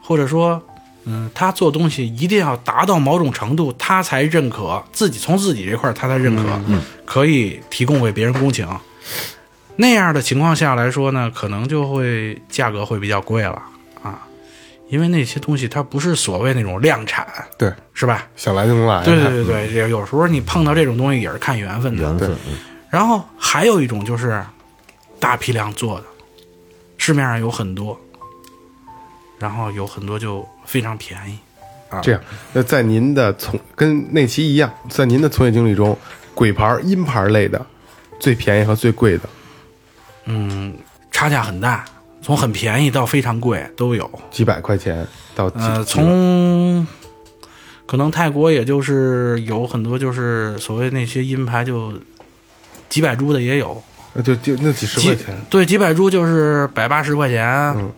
或者说，嗯，他做东西一定要达到某种程度，他才认可自己，从自己这块儿他才认可，可以提供给别人供请。那样的情况下来说呢，可能就会价格会比较贵了啊，因为那些东西它不是所谓那种量产，对，是吧？想来就能来。对对对对，这有时候你碰到这种东西也是看缘分的。缘分，然后还有一种就是大批量做的，市面上有很多，然后有很多就非常便宜。这样，那在您的从跟那期一样，在您的从业经历中，鬼牌、阴牌类的，最便宜和最贵的，差价很大。从很便宜到非常贵都有。几百块钱到几呃，从可能泰国也就是有很多就是所谓那些阴牌就几百铢的也有，呃就就那几十块几钱，嗯对几百铢就是百八十块钱、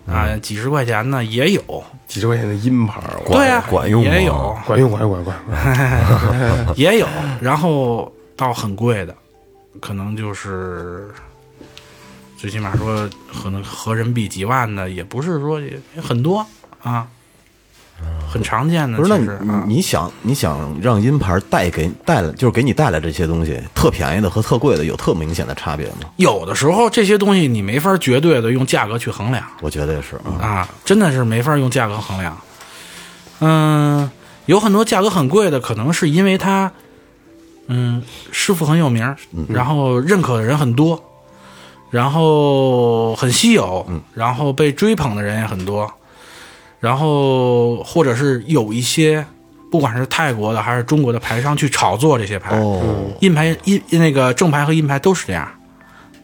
啊，几十块钱的也有，几十块钱的阴牌儿，我对啊，管用吗 也有管用管用管用管用。也有，然后到很贵的，可能就是最起码说可能合人民币几万的，也不是说也也很多啊，很常见的。嗯不是，那你其实啊你想你想让阴牌带给带来，就是给你带来这些东西，特便宜的和特贵的有特明显的差别吗？有的时候这些东西你没法绝对的用价格去衡量。我觉得也是啊。啊，真的是没法用价格衡量。嗯，有很多价格很贵的，可能是因为它，嗯，师傅很有名儿，然后认可的人很多，然后很稀有，然后被追捧的人也很多，然后或者是有一些，不管是泰国的还是中国的牌商去炒作这些牌，哦，印牌印那个正牌和印牌都是这样，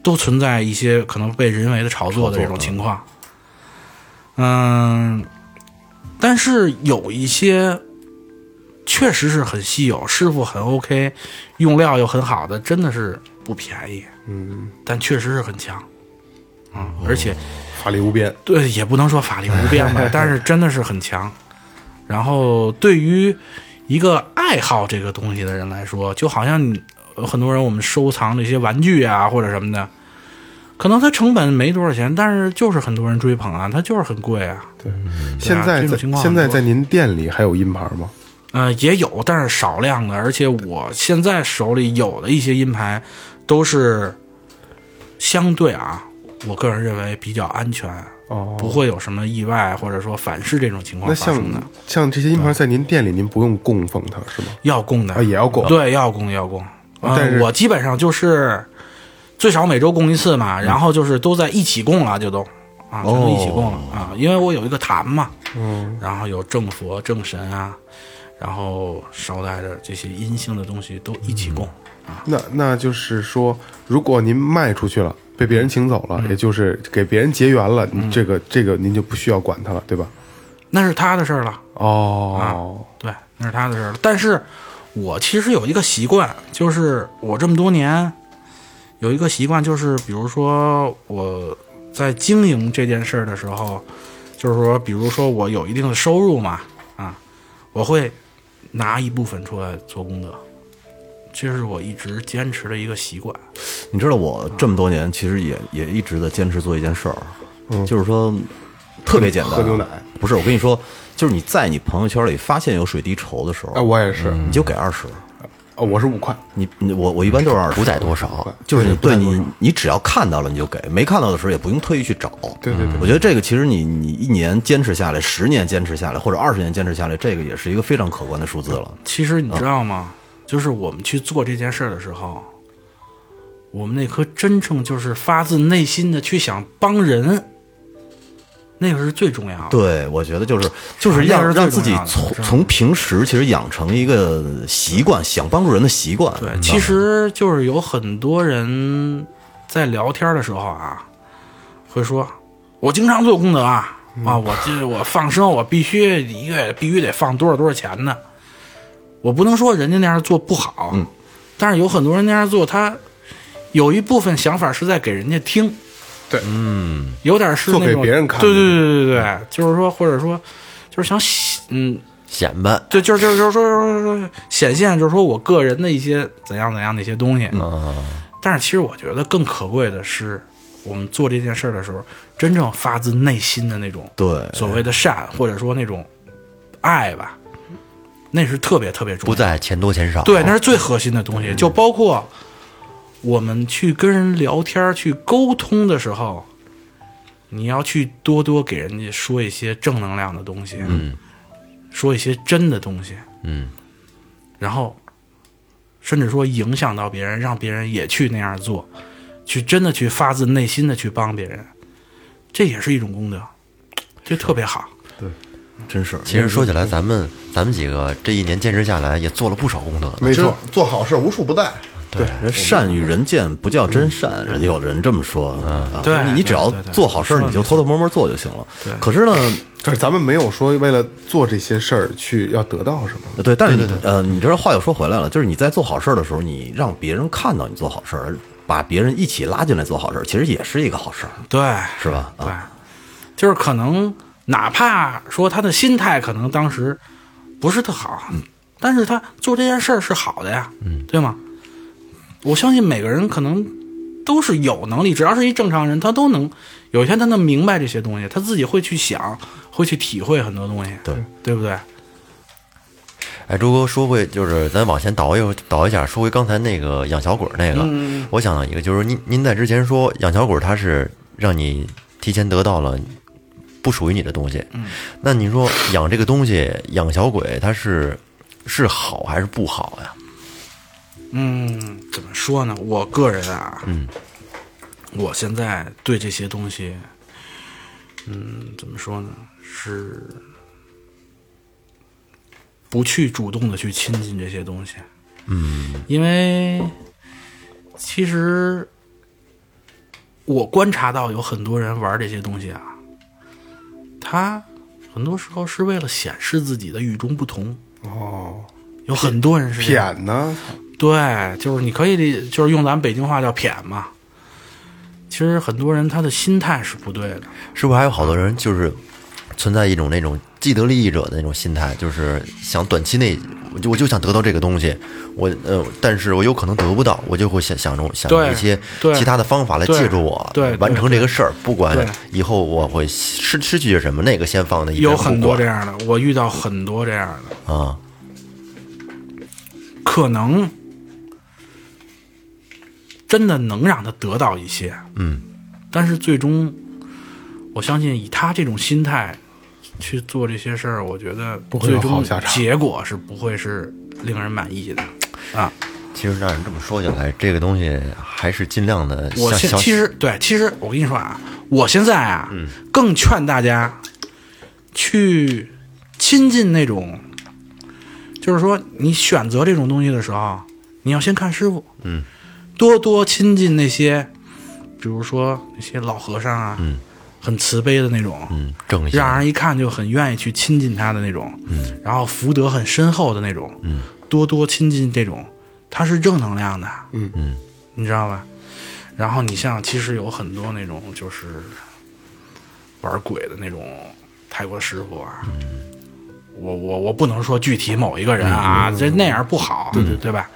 都存在一些可能被人为的炒作的这种情况。嗯，但是有一些确实是很稀有，师傅很 OK，用料又很好的，真的是不便宜。嗯，但确实是很强。啊、而且法力无边，对，也不能说法力无边吧，但是真的是很强。然后对于一个爱好这个东西的人来说，就好像你呃很多人我们收藏这些玩具啊或者什么的，可能它成本没多少钱，但是就是很多人追捧啊，它就是很贵啊。现在这种在情况现在很多在您店里还有阴牌吗？呃，也有，但是少量的，而且我现在手里有的一些阴牌都是相对啊，我个人认为比较安全。哦不会有什么意外或者说反噬这种情况那发像生的。像这些阴牌在您店里，您不用供奉它是吗？要供的啊也要供啊对，要供要供。呃但是我基本上就是最少每周供一次嗯嘛，然后就是都在一起供了，就都啊，哦全都一起供了、啊，因为我有一个坛嘛，嗯，然后有正佛、正神啊，然后捎带着这些阴性的东西都一起供。嗯那那就是说，如果您卖出去了，被别人请走了，也就是给别人结缘了，你这个这个您就不需要管它了，对吧？那是他的事儿了，哦，对，那是他的事儿了。但是我其实有一个习惯，就是我这么多年有一个习惯，就是比如说我在经营这件事儿的时候，就是说，比如说我有一定的收入嘛，啊，我会拿一部分出来做功德，这是我一直坚持的一个习惯。你知道我这么多年其实也也一直在坚持做一件事儿，就是说特别简单，嗯喝牛奶。不是，我跟你说，就是你在你朋友圈里发现有水滴筹的时候，哎，我也是，你就给二十。哦，我是五块，你你我我一般都是二十，不在多少，就是你对你，你只要看到了你就给，没看到的时候也不用特意去找。对对对我觉得这个其实你你一年坚持下来，十年坚持下来，或者二十年坚持下来，这个也是一个非常可观的数字了。其实你知道吗？就是我们去做这件事儿的时候，我们那颗真诚就是发自内心的去想帮人，那个是最重要的。对，我觉得就是就是那让是最让自己重要的从是吧从平时其实养成一个习惯，想帮助人的习惯。对，嗯其实就是有很多人在聊天的时候啊，会说：“我经常做功德啊，嗯啊，我这我放生，我必须一个月必须得放多少多少钱呢？我不能说人家那样做不好，嗯但是有很多人那样做，他有一部分想法是在给人家听，对，嗯，有点是那做种给别人看嗯的对对对对对，就是说或者说就是想洗嗯显摆。对，就是就是就是说说说显现，就是说我个人的一些怎样怎样的一些东西。但是其实我觉得更可贵的是，我们做这件事儿的时候，真正发自内心的那种对所谓的善，或者说那种爱吧，那是特别特别重要不的。在钱多钱少，对，那是最核心的东西，就包括我们去跟人聊天儿、去沟通的时候，你要去多多给人家说一些正能量的东西，嗯，说一些真的东西，嗯，然后甚至说影响到别人，让别人也去那样做，去真的去发自内心的去帮别人，这也是一种功德，这特别好。嗯真是其实说起来，咱们咱们几个这一年坚持下来，也做了不少功德呢。没错，做好事无处不在，对，人善与人见不叫真善，人家有人这么说。啊嗯对你你只要对对对做好事儿，你就偷偷摸摸做就行了。可是呢，但是咱们没有说为了做这些事儿去要得到什么。对，但是你呃，你这话又说回来了，就是你在做好事儿的时候，你让别人看到你做好事儿，把别人一起拉进来做好事儿，其实也是一个好事儿，对，是吧？啊，对，就是可能哪怕说他的心态可能当时不是特好，啊但是他做这件事儿是好的呀，嗯，对吗？我相信每个人可能都是有能力，只要是一正常人，他都能有一天他能明白这些东西，他自己会去想，会去体会很多东西，对，对不对？哎，朱哥说回就是咱往前倒一会儿倒一下，说回刚才那个养小鬼儿嗯那个，我想到一个，就是您您在之前说养小鬼儿他是让你提前得到了不属于你的东西，嗯那你说养这个东西养小鬼它是是好还是不好呀？嗯，怎么说呢？我个人啊，嗯，我现在对这些东西，嗯，怎么说呢？是不去主动的去亲近这些东西，嗯，因为其实我观察到有很多人玩这些东西啊，他很多时候是为了显示自己的与众不同。哦，有很多人是这样舔呢？对，就是你可以理，就是用咱北京话叫“谝”嘛。其实很多人他的心态是不对的，是不是还有好多人就是存在一种那种既得利益者的那种心态，就是想短期内我就我就想得到这个东西，我呃，但是我有可能得不到，我就会想想着想着对一些对其他的方法来对借助我对对完成这个事儿，不管对以后我会失失去什么，哪个先放的一边有不管很多这样的，我遇到很多这样的，啊，可能真的能让他得到一些，嗯，但是最终，我相信以他这种心态去做这些事儿，我觉得不会最有终好下场结果是不会是令人满意的啊。其实让人这么说起来，这个东西还是尽量的我像现像其实对，其实我跟你说啊，我现在啊，更劝大家去亲近那种，就是说你选择这种东西的时候，你要先看师傅，嗯，多多亲近那些，比如说那些老和尚啊，嗯，很慈悲的那种，嗯正一些让人一看就很愿意去亲近他的那种，嗯，然后福德很深厚的那种，嗯，多多亲近这种，他是正能量的，嗯嗯，你知道吧？然后你像其实有很多那种就是玩鬼的那种泰国师傅啊，我我我不能说具体某一个人啊，这那样不好，对对对吧？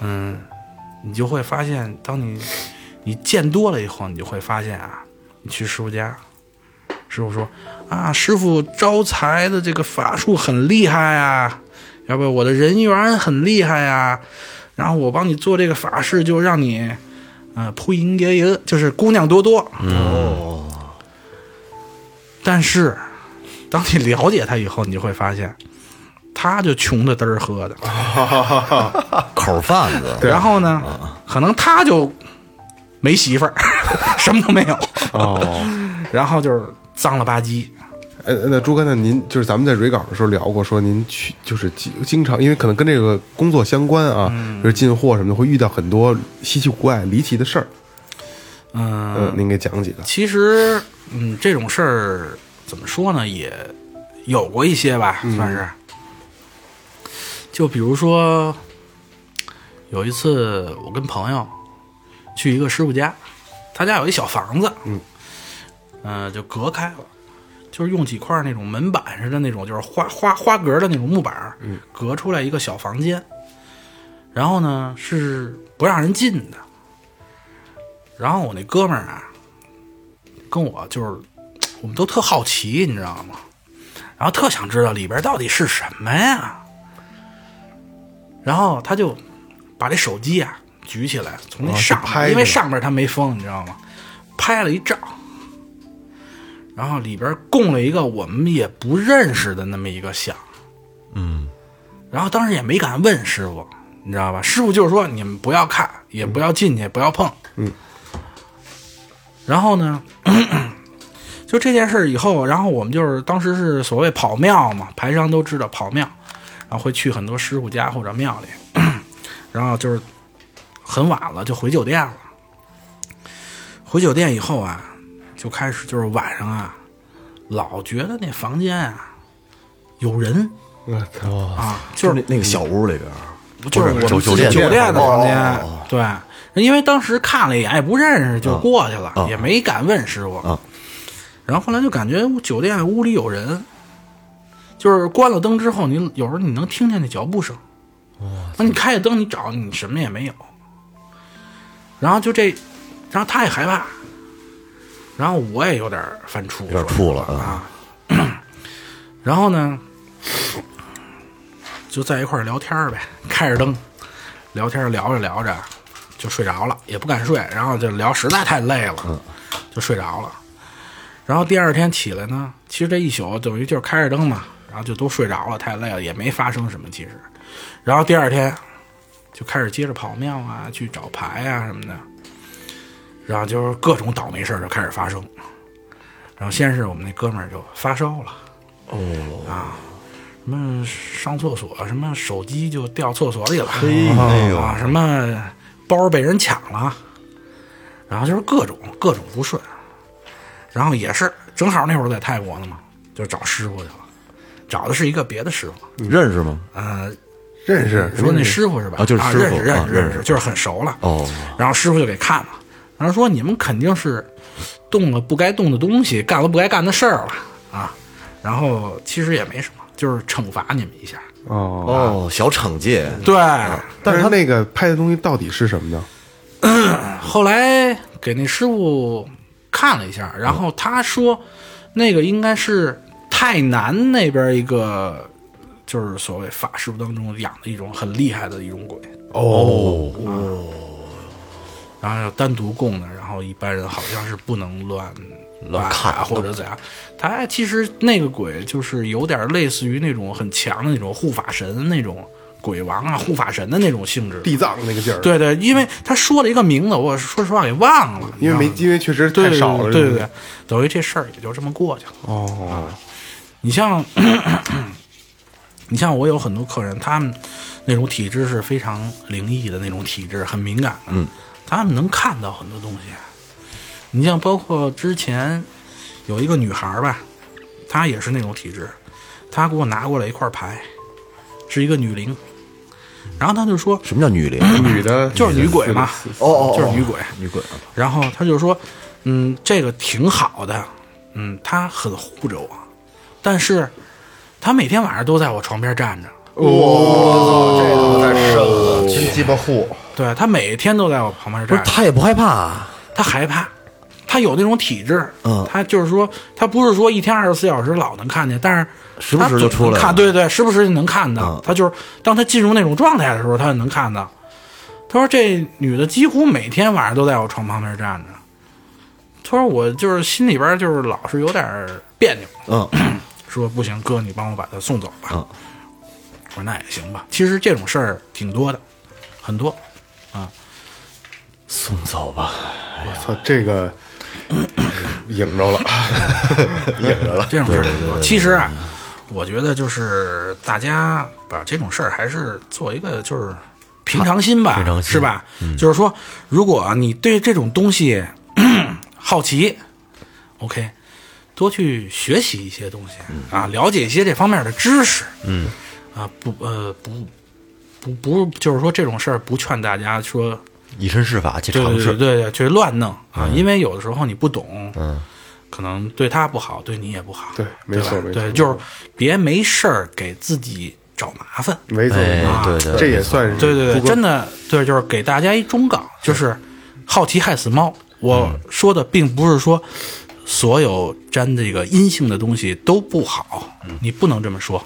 嗯，你就会发现，当你你见多了以后，你就会发现啊，你去师傅家，师傅说啊，师傅招财的这个法术很厉害啊，要不我的人缘很厉害啊，然后我帮你做这个法事，就让你呃铺银结银，就是姑娘多多。哦，但是当你了解他以后，你就会发现，他就穷的嘚儿喝的，口贩 子，然后呢，可能他就没媳妇儿， 什么都没有，哦，然后就是脏了吧唧。 呃，那朱哥，那您就是咱们在蕊稿的时候聊过，说您去就是经经常，因为可能跟这个工作相关啊，就是进货什么的，会遇到很多稀奇古怪、离奇的事儿。嗯、嗯，您给讲几个？其实，嗯，这种事儿怎么说呢，也有过一些吧，算是。就比如说，有一次我跟朋友去一个师傅家，他家有一小房子，嗯，呃，就隔开了，就是用几块那种门板似的那种，就是花花花格的那种木板儿，隔出来一个小房间。然后呢，是不让人进的。然后我那哥们儿啊，跟我就是我们都特好奇，你知道吗？然后特想知道里边到底是什么呀。然后他就把这手机啊举起来，从那哦上面、就拍因为着上面他没封，你知道吗？拍了一照，然后里边供了一个我们也不认识的那么一个像，嗯，然后当时也没敢问师傅，你知道吧？师傅就是说你们不要看，也不要进去，不要碰，嗯。然后呢，就这件事儿以后，然后我们就是当时是所谓跑庙嘛，牌商都 知道跑庙，然后会去很多师傅家或者庙里，然后就是很晚了，就回酒店了。回酒店以后啊，就开始就是晚上啊，老觉得那房间啊有人 我操！啊，就就是是那那个小屋里边，就是我们酒酒店酒店的房间，哦对，因为当时看了一眼也不认识，就过去了，也没敢问师傅。啊然后后来就感觉酒店屋里有人，就是关了灯之后，你有时候你能听见那脚步声。那你开着灯，你找你什么也没有。然后就这，然后他也害怕，然后我也有点儿犯怵，有有点吐了啊。啊。然后呢，就在一块儿聊天儿呗，开着灯聊天，儿，聊着聊着就睡着了，也不敢睡，然后就聊实在太累了，就睡着了。然后第二天起来呢，其实这一宿等于就是开着灯嘛，然后就都睡着了，太累了，也没发生什么其实。然后第二天就开始接着跑庙啊，去找牌啊什么的，然后就是各种倒霉事儿就开始发生。然后先是我们那哥们儿就发烧了，哦啊，什么上厕所，什么手机就掉厕所里了，哎呦啊，什么包被人抢了，然后就是各种各种不顺，然后也是正好那会儿在泰国呢嘛，就找师傅去了，找的是一个别的师傅，你认识吗？呃，认识说那师傅是吧？啊就是师傅认识认啊识认识识，就是很熟了。哦，然后师傅就给看了，然后说你们肯定是动了不该动的东西，干了不该干的事儿了啊。然后其实也没什么，就是惩罚你们一下。啊哦，哦，小惩戒，对，但是他那个拍的东西到底是什么呢？后来给那师傅看了一下，然后他说，那个应该是泰南那边一个，就是所谓法术当中养的一种很厉害的一种鬼。哦，然后要单独供的，然后一般人好像是不能乱乱看啊或者怎样。他其实那个鬼就是有点类似于那种很强的那种护法神那种鬼王啊、护法神的那种性质。地藏那个劲儿，，对对，因为他说了一个名字，我说实话给忘了，因为没你知因为确实道吗太少了，对是对对不对是，等于这事儿也就这么过去了。啊哦，你像，你像我有很多客人，他们那种体质是非常灵异的那种体质，很敏感的，嗯，他们能看到很多东西。你像包括之前有一个女孩儿吧，她也是那种体质，她给我拿过来一块牌，是一个女灵，然后她就说什么叫女灵？嗯女的就是女鬼嘛，哦哦，就是女鬼，女鬼，然后他就说，嗯，这个挺好的，嗯，他很护着我，但是他每天晚上都在我床边站着，真鸡巴护，对他每天都在我旁边不是站着，她也不害怕啊，他害怕，他有那种体质，嗯他就是说，他不是说一天二十四小时老能看见，但是时不时他总就出来能看，了嗯对对，时不时就能看到，他就是当他进入那种状态的时候，他就能看到。他说这女的几乎每天晚上都在我床旁边站着，他说我就是心里边就是老是有点儿别扭，嗯， 说不行，哥，你帮我把他送走吧。嗯我说那也行吧。其实这种事儿挺多的，很多。送走吧。我操，这 个影着了，这种事儿挺多。其实啊，我觉得就是大家把这种事儿还是做一个就是平常心吧，啊平常心嗯是吧？就是说，如果啊你对这种东西 好奇，OK，多去学习一些东西、嗯啊，了解一些这方面的知识。嗯，啊，不呃不不不，就是说这种事儿不劝大家说以身试法去对尝对对试，嗯对对，去乱弄啊，因为有的时候你不懂，嗯，可能对他不好，对你也不好，对没吧错没对，错就是别没事儿给自己找麻烦，没错，哎，对对，啊这也算是对对对，不过真的对，就是给大家一忠告，就是好奇害死猫。我嗯说的并不是说所有沾这个阴性的东西都不好，你不能这么说。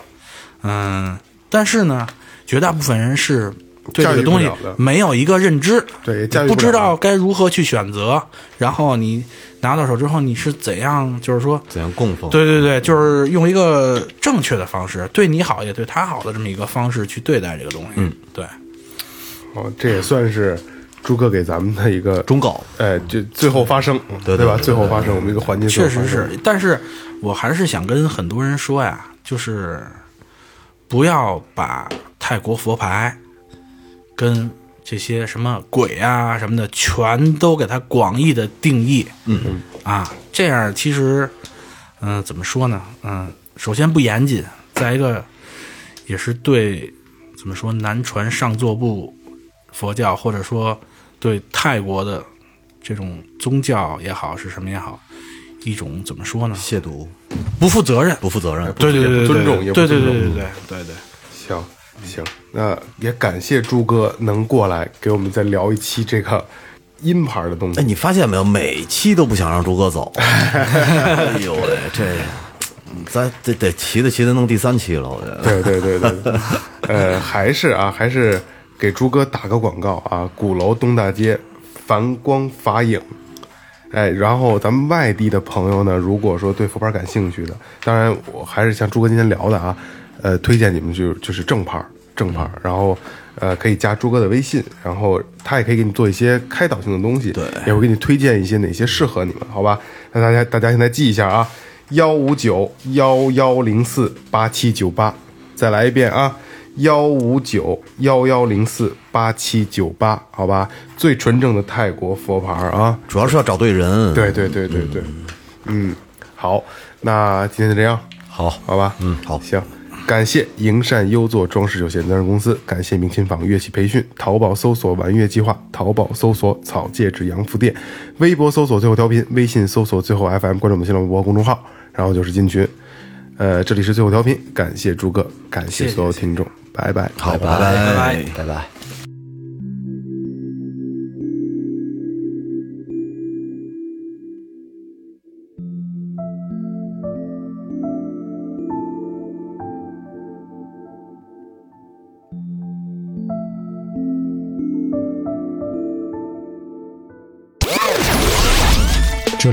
嗯，但是呢，绝大部分人是对这驾驭个不东西了的没有一个认知，对驾驭不不知了的道该如何去选择，然后你拿到手之后你是怎样，就是说怎样供奉？对对对，就是用一个正确的方式，对你好也对他好的这么一个方式去对待这个东西。嗯，对。哦，这也算是朱哥给咱们的一个忠告，哎，就最后发声，对对吧？对最后发声，我们一个环节最确后发实声，是，但是我还是想跟很多人说呀，就是不要把泰国佛牌跟这些什么鬼啊什么的，全都给它广义的定义。嗯啊，这样其实，嗯、怎么说呢？嗯、首先不严谨，再一个也是对怎么说南传上座部佛教，或者说对泰国的这种宗教也好是什么也好，一种怎么说呢？亵渎不负责任。不负责任，对对对对，不尊重也不对对尊对重对对对对对。行行，那也感谢朱哥能过来给我们再聊一期这个阴牌的东哎，西。你发现没有？每期都不想让朱哥走。 哎呦喂，这咱得得骑着骑着弄第三期了，我觉得。对对对对，对呃，还是啊，还是给朱哥打个广告啊，鼓楼东大街繁光法影。哎，然后咱们外地的朋友呢，如果说对佛牌感兴趣的，当然我还是像朱哥今天聊的啊，呃，推荐你们就就是正牌儿正牌儿，然后呃可以加朱哥的微信，然后他也可以给你做一些开导性的东西，对，也会给你推荐一些哪些适合你们，好吧？那大家大家现在记一下啊，幺五九幺幺零四八七九八，再来一遍啊。幺五九幺幺零四八七九八，好吧，最纯正的泰国佛牌儿啊，主要是要找对人。对对对对对，嗯，好，那今天就这样，好好吧，嗯，好行，感谢营善优作装饰有限责任公司，感谢明琴坊乐器培训，淘宝搜索“玩乐计划”，淘宝搜索“草戒指洋服店”，微博搜索“最后调频”，微信搜索“最后 FM”，关注我们新浪微博公众号，然后就是进群。呃，这里是最后调频，感谢朱哥，感谢所有听众，拜拜，好，拜拜。拜拜拜拜。这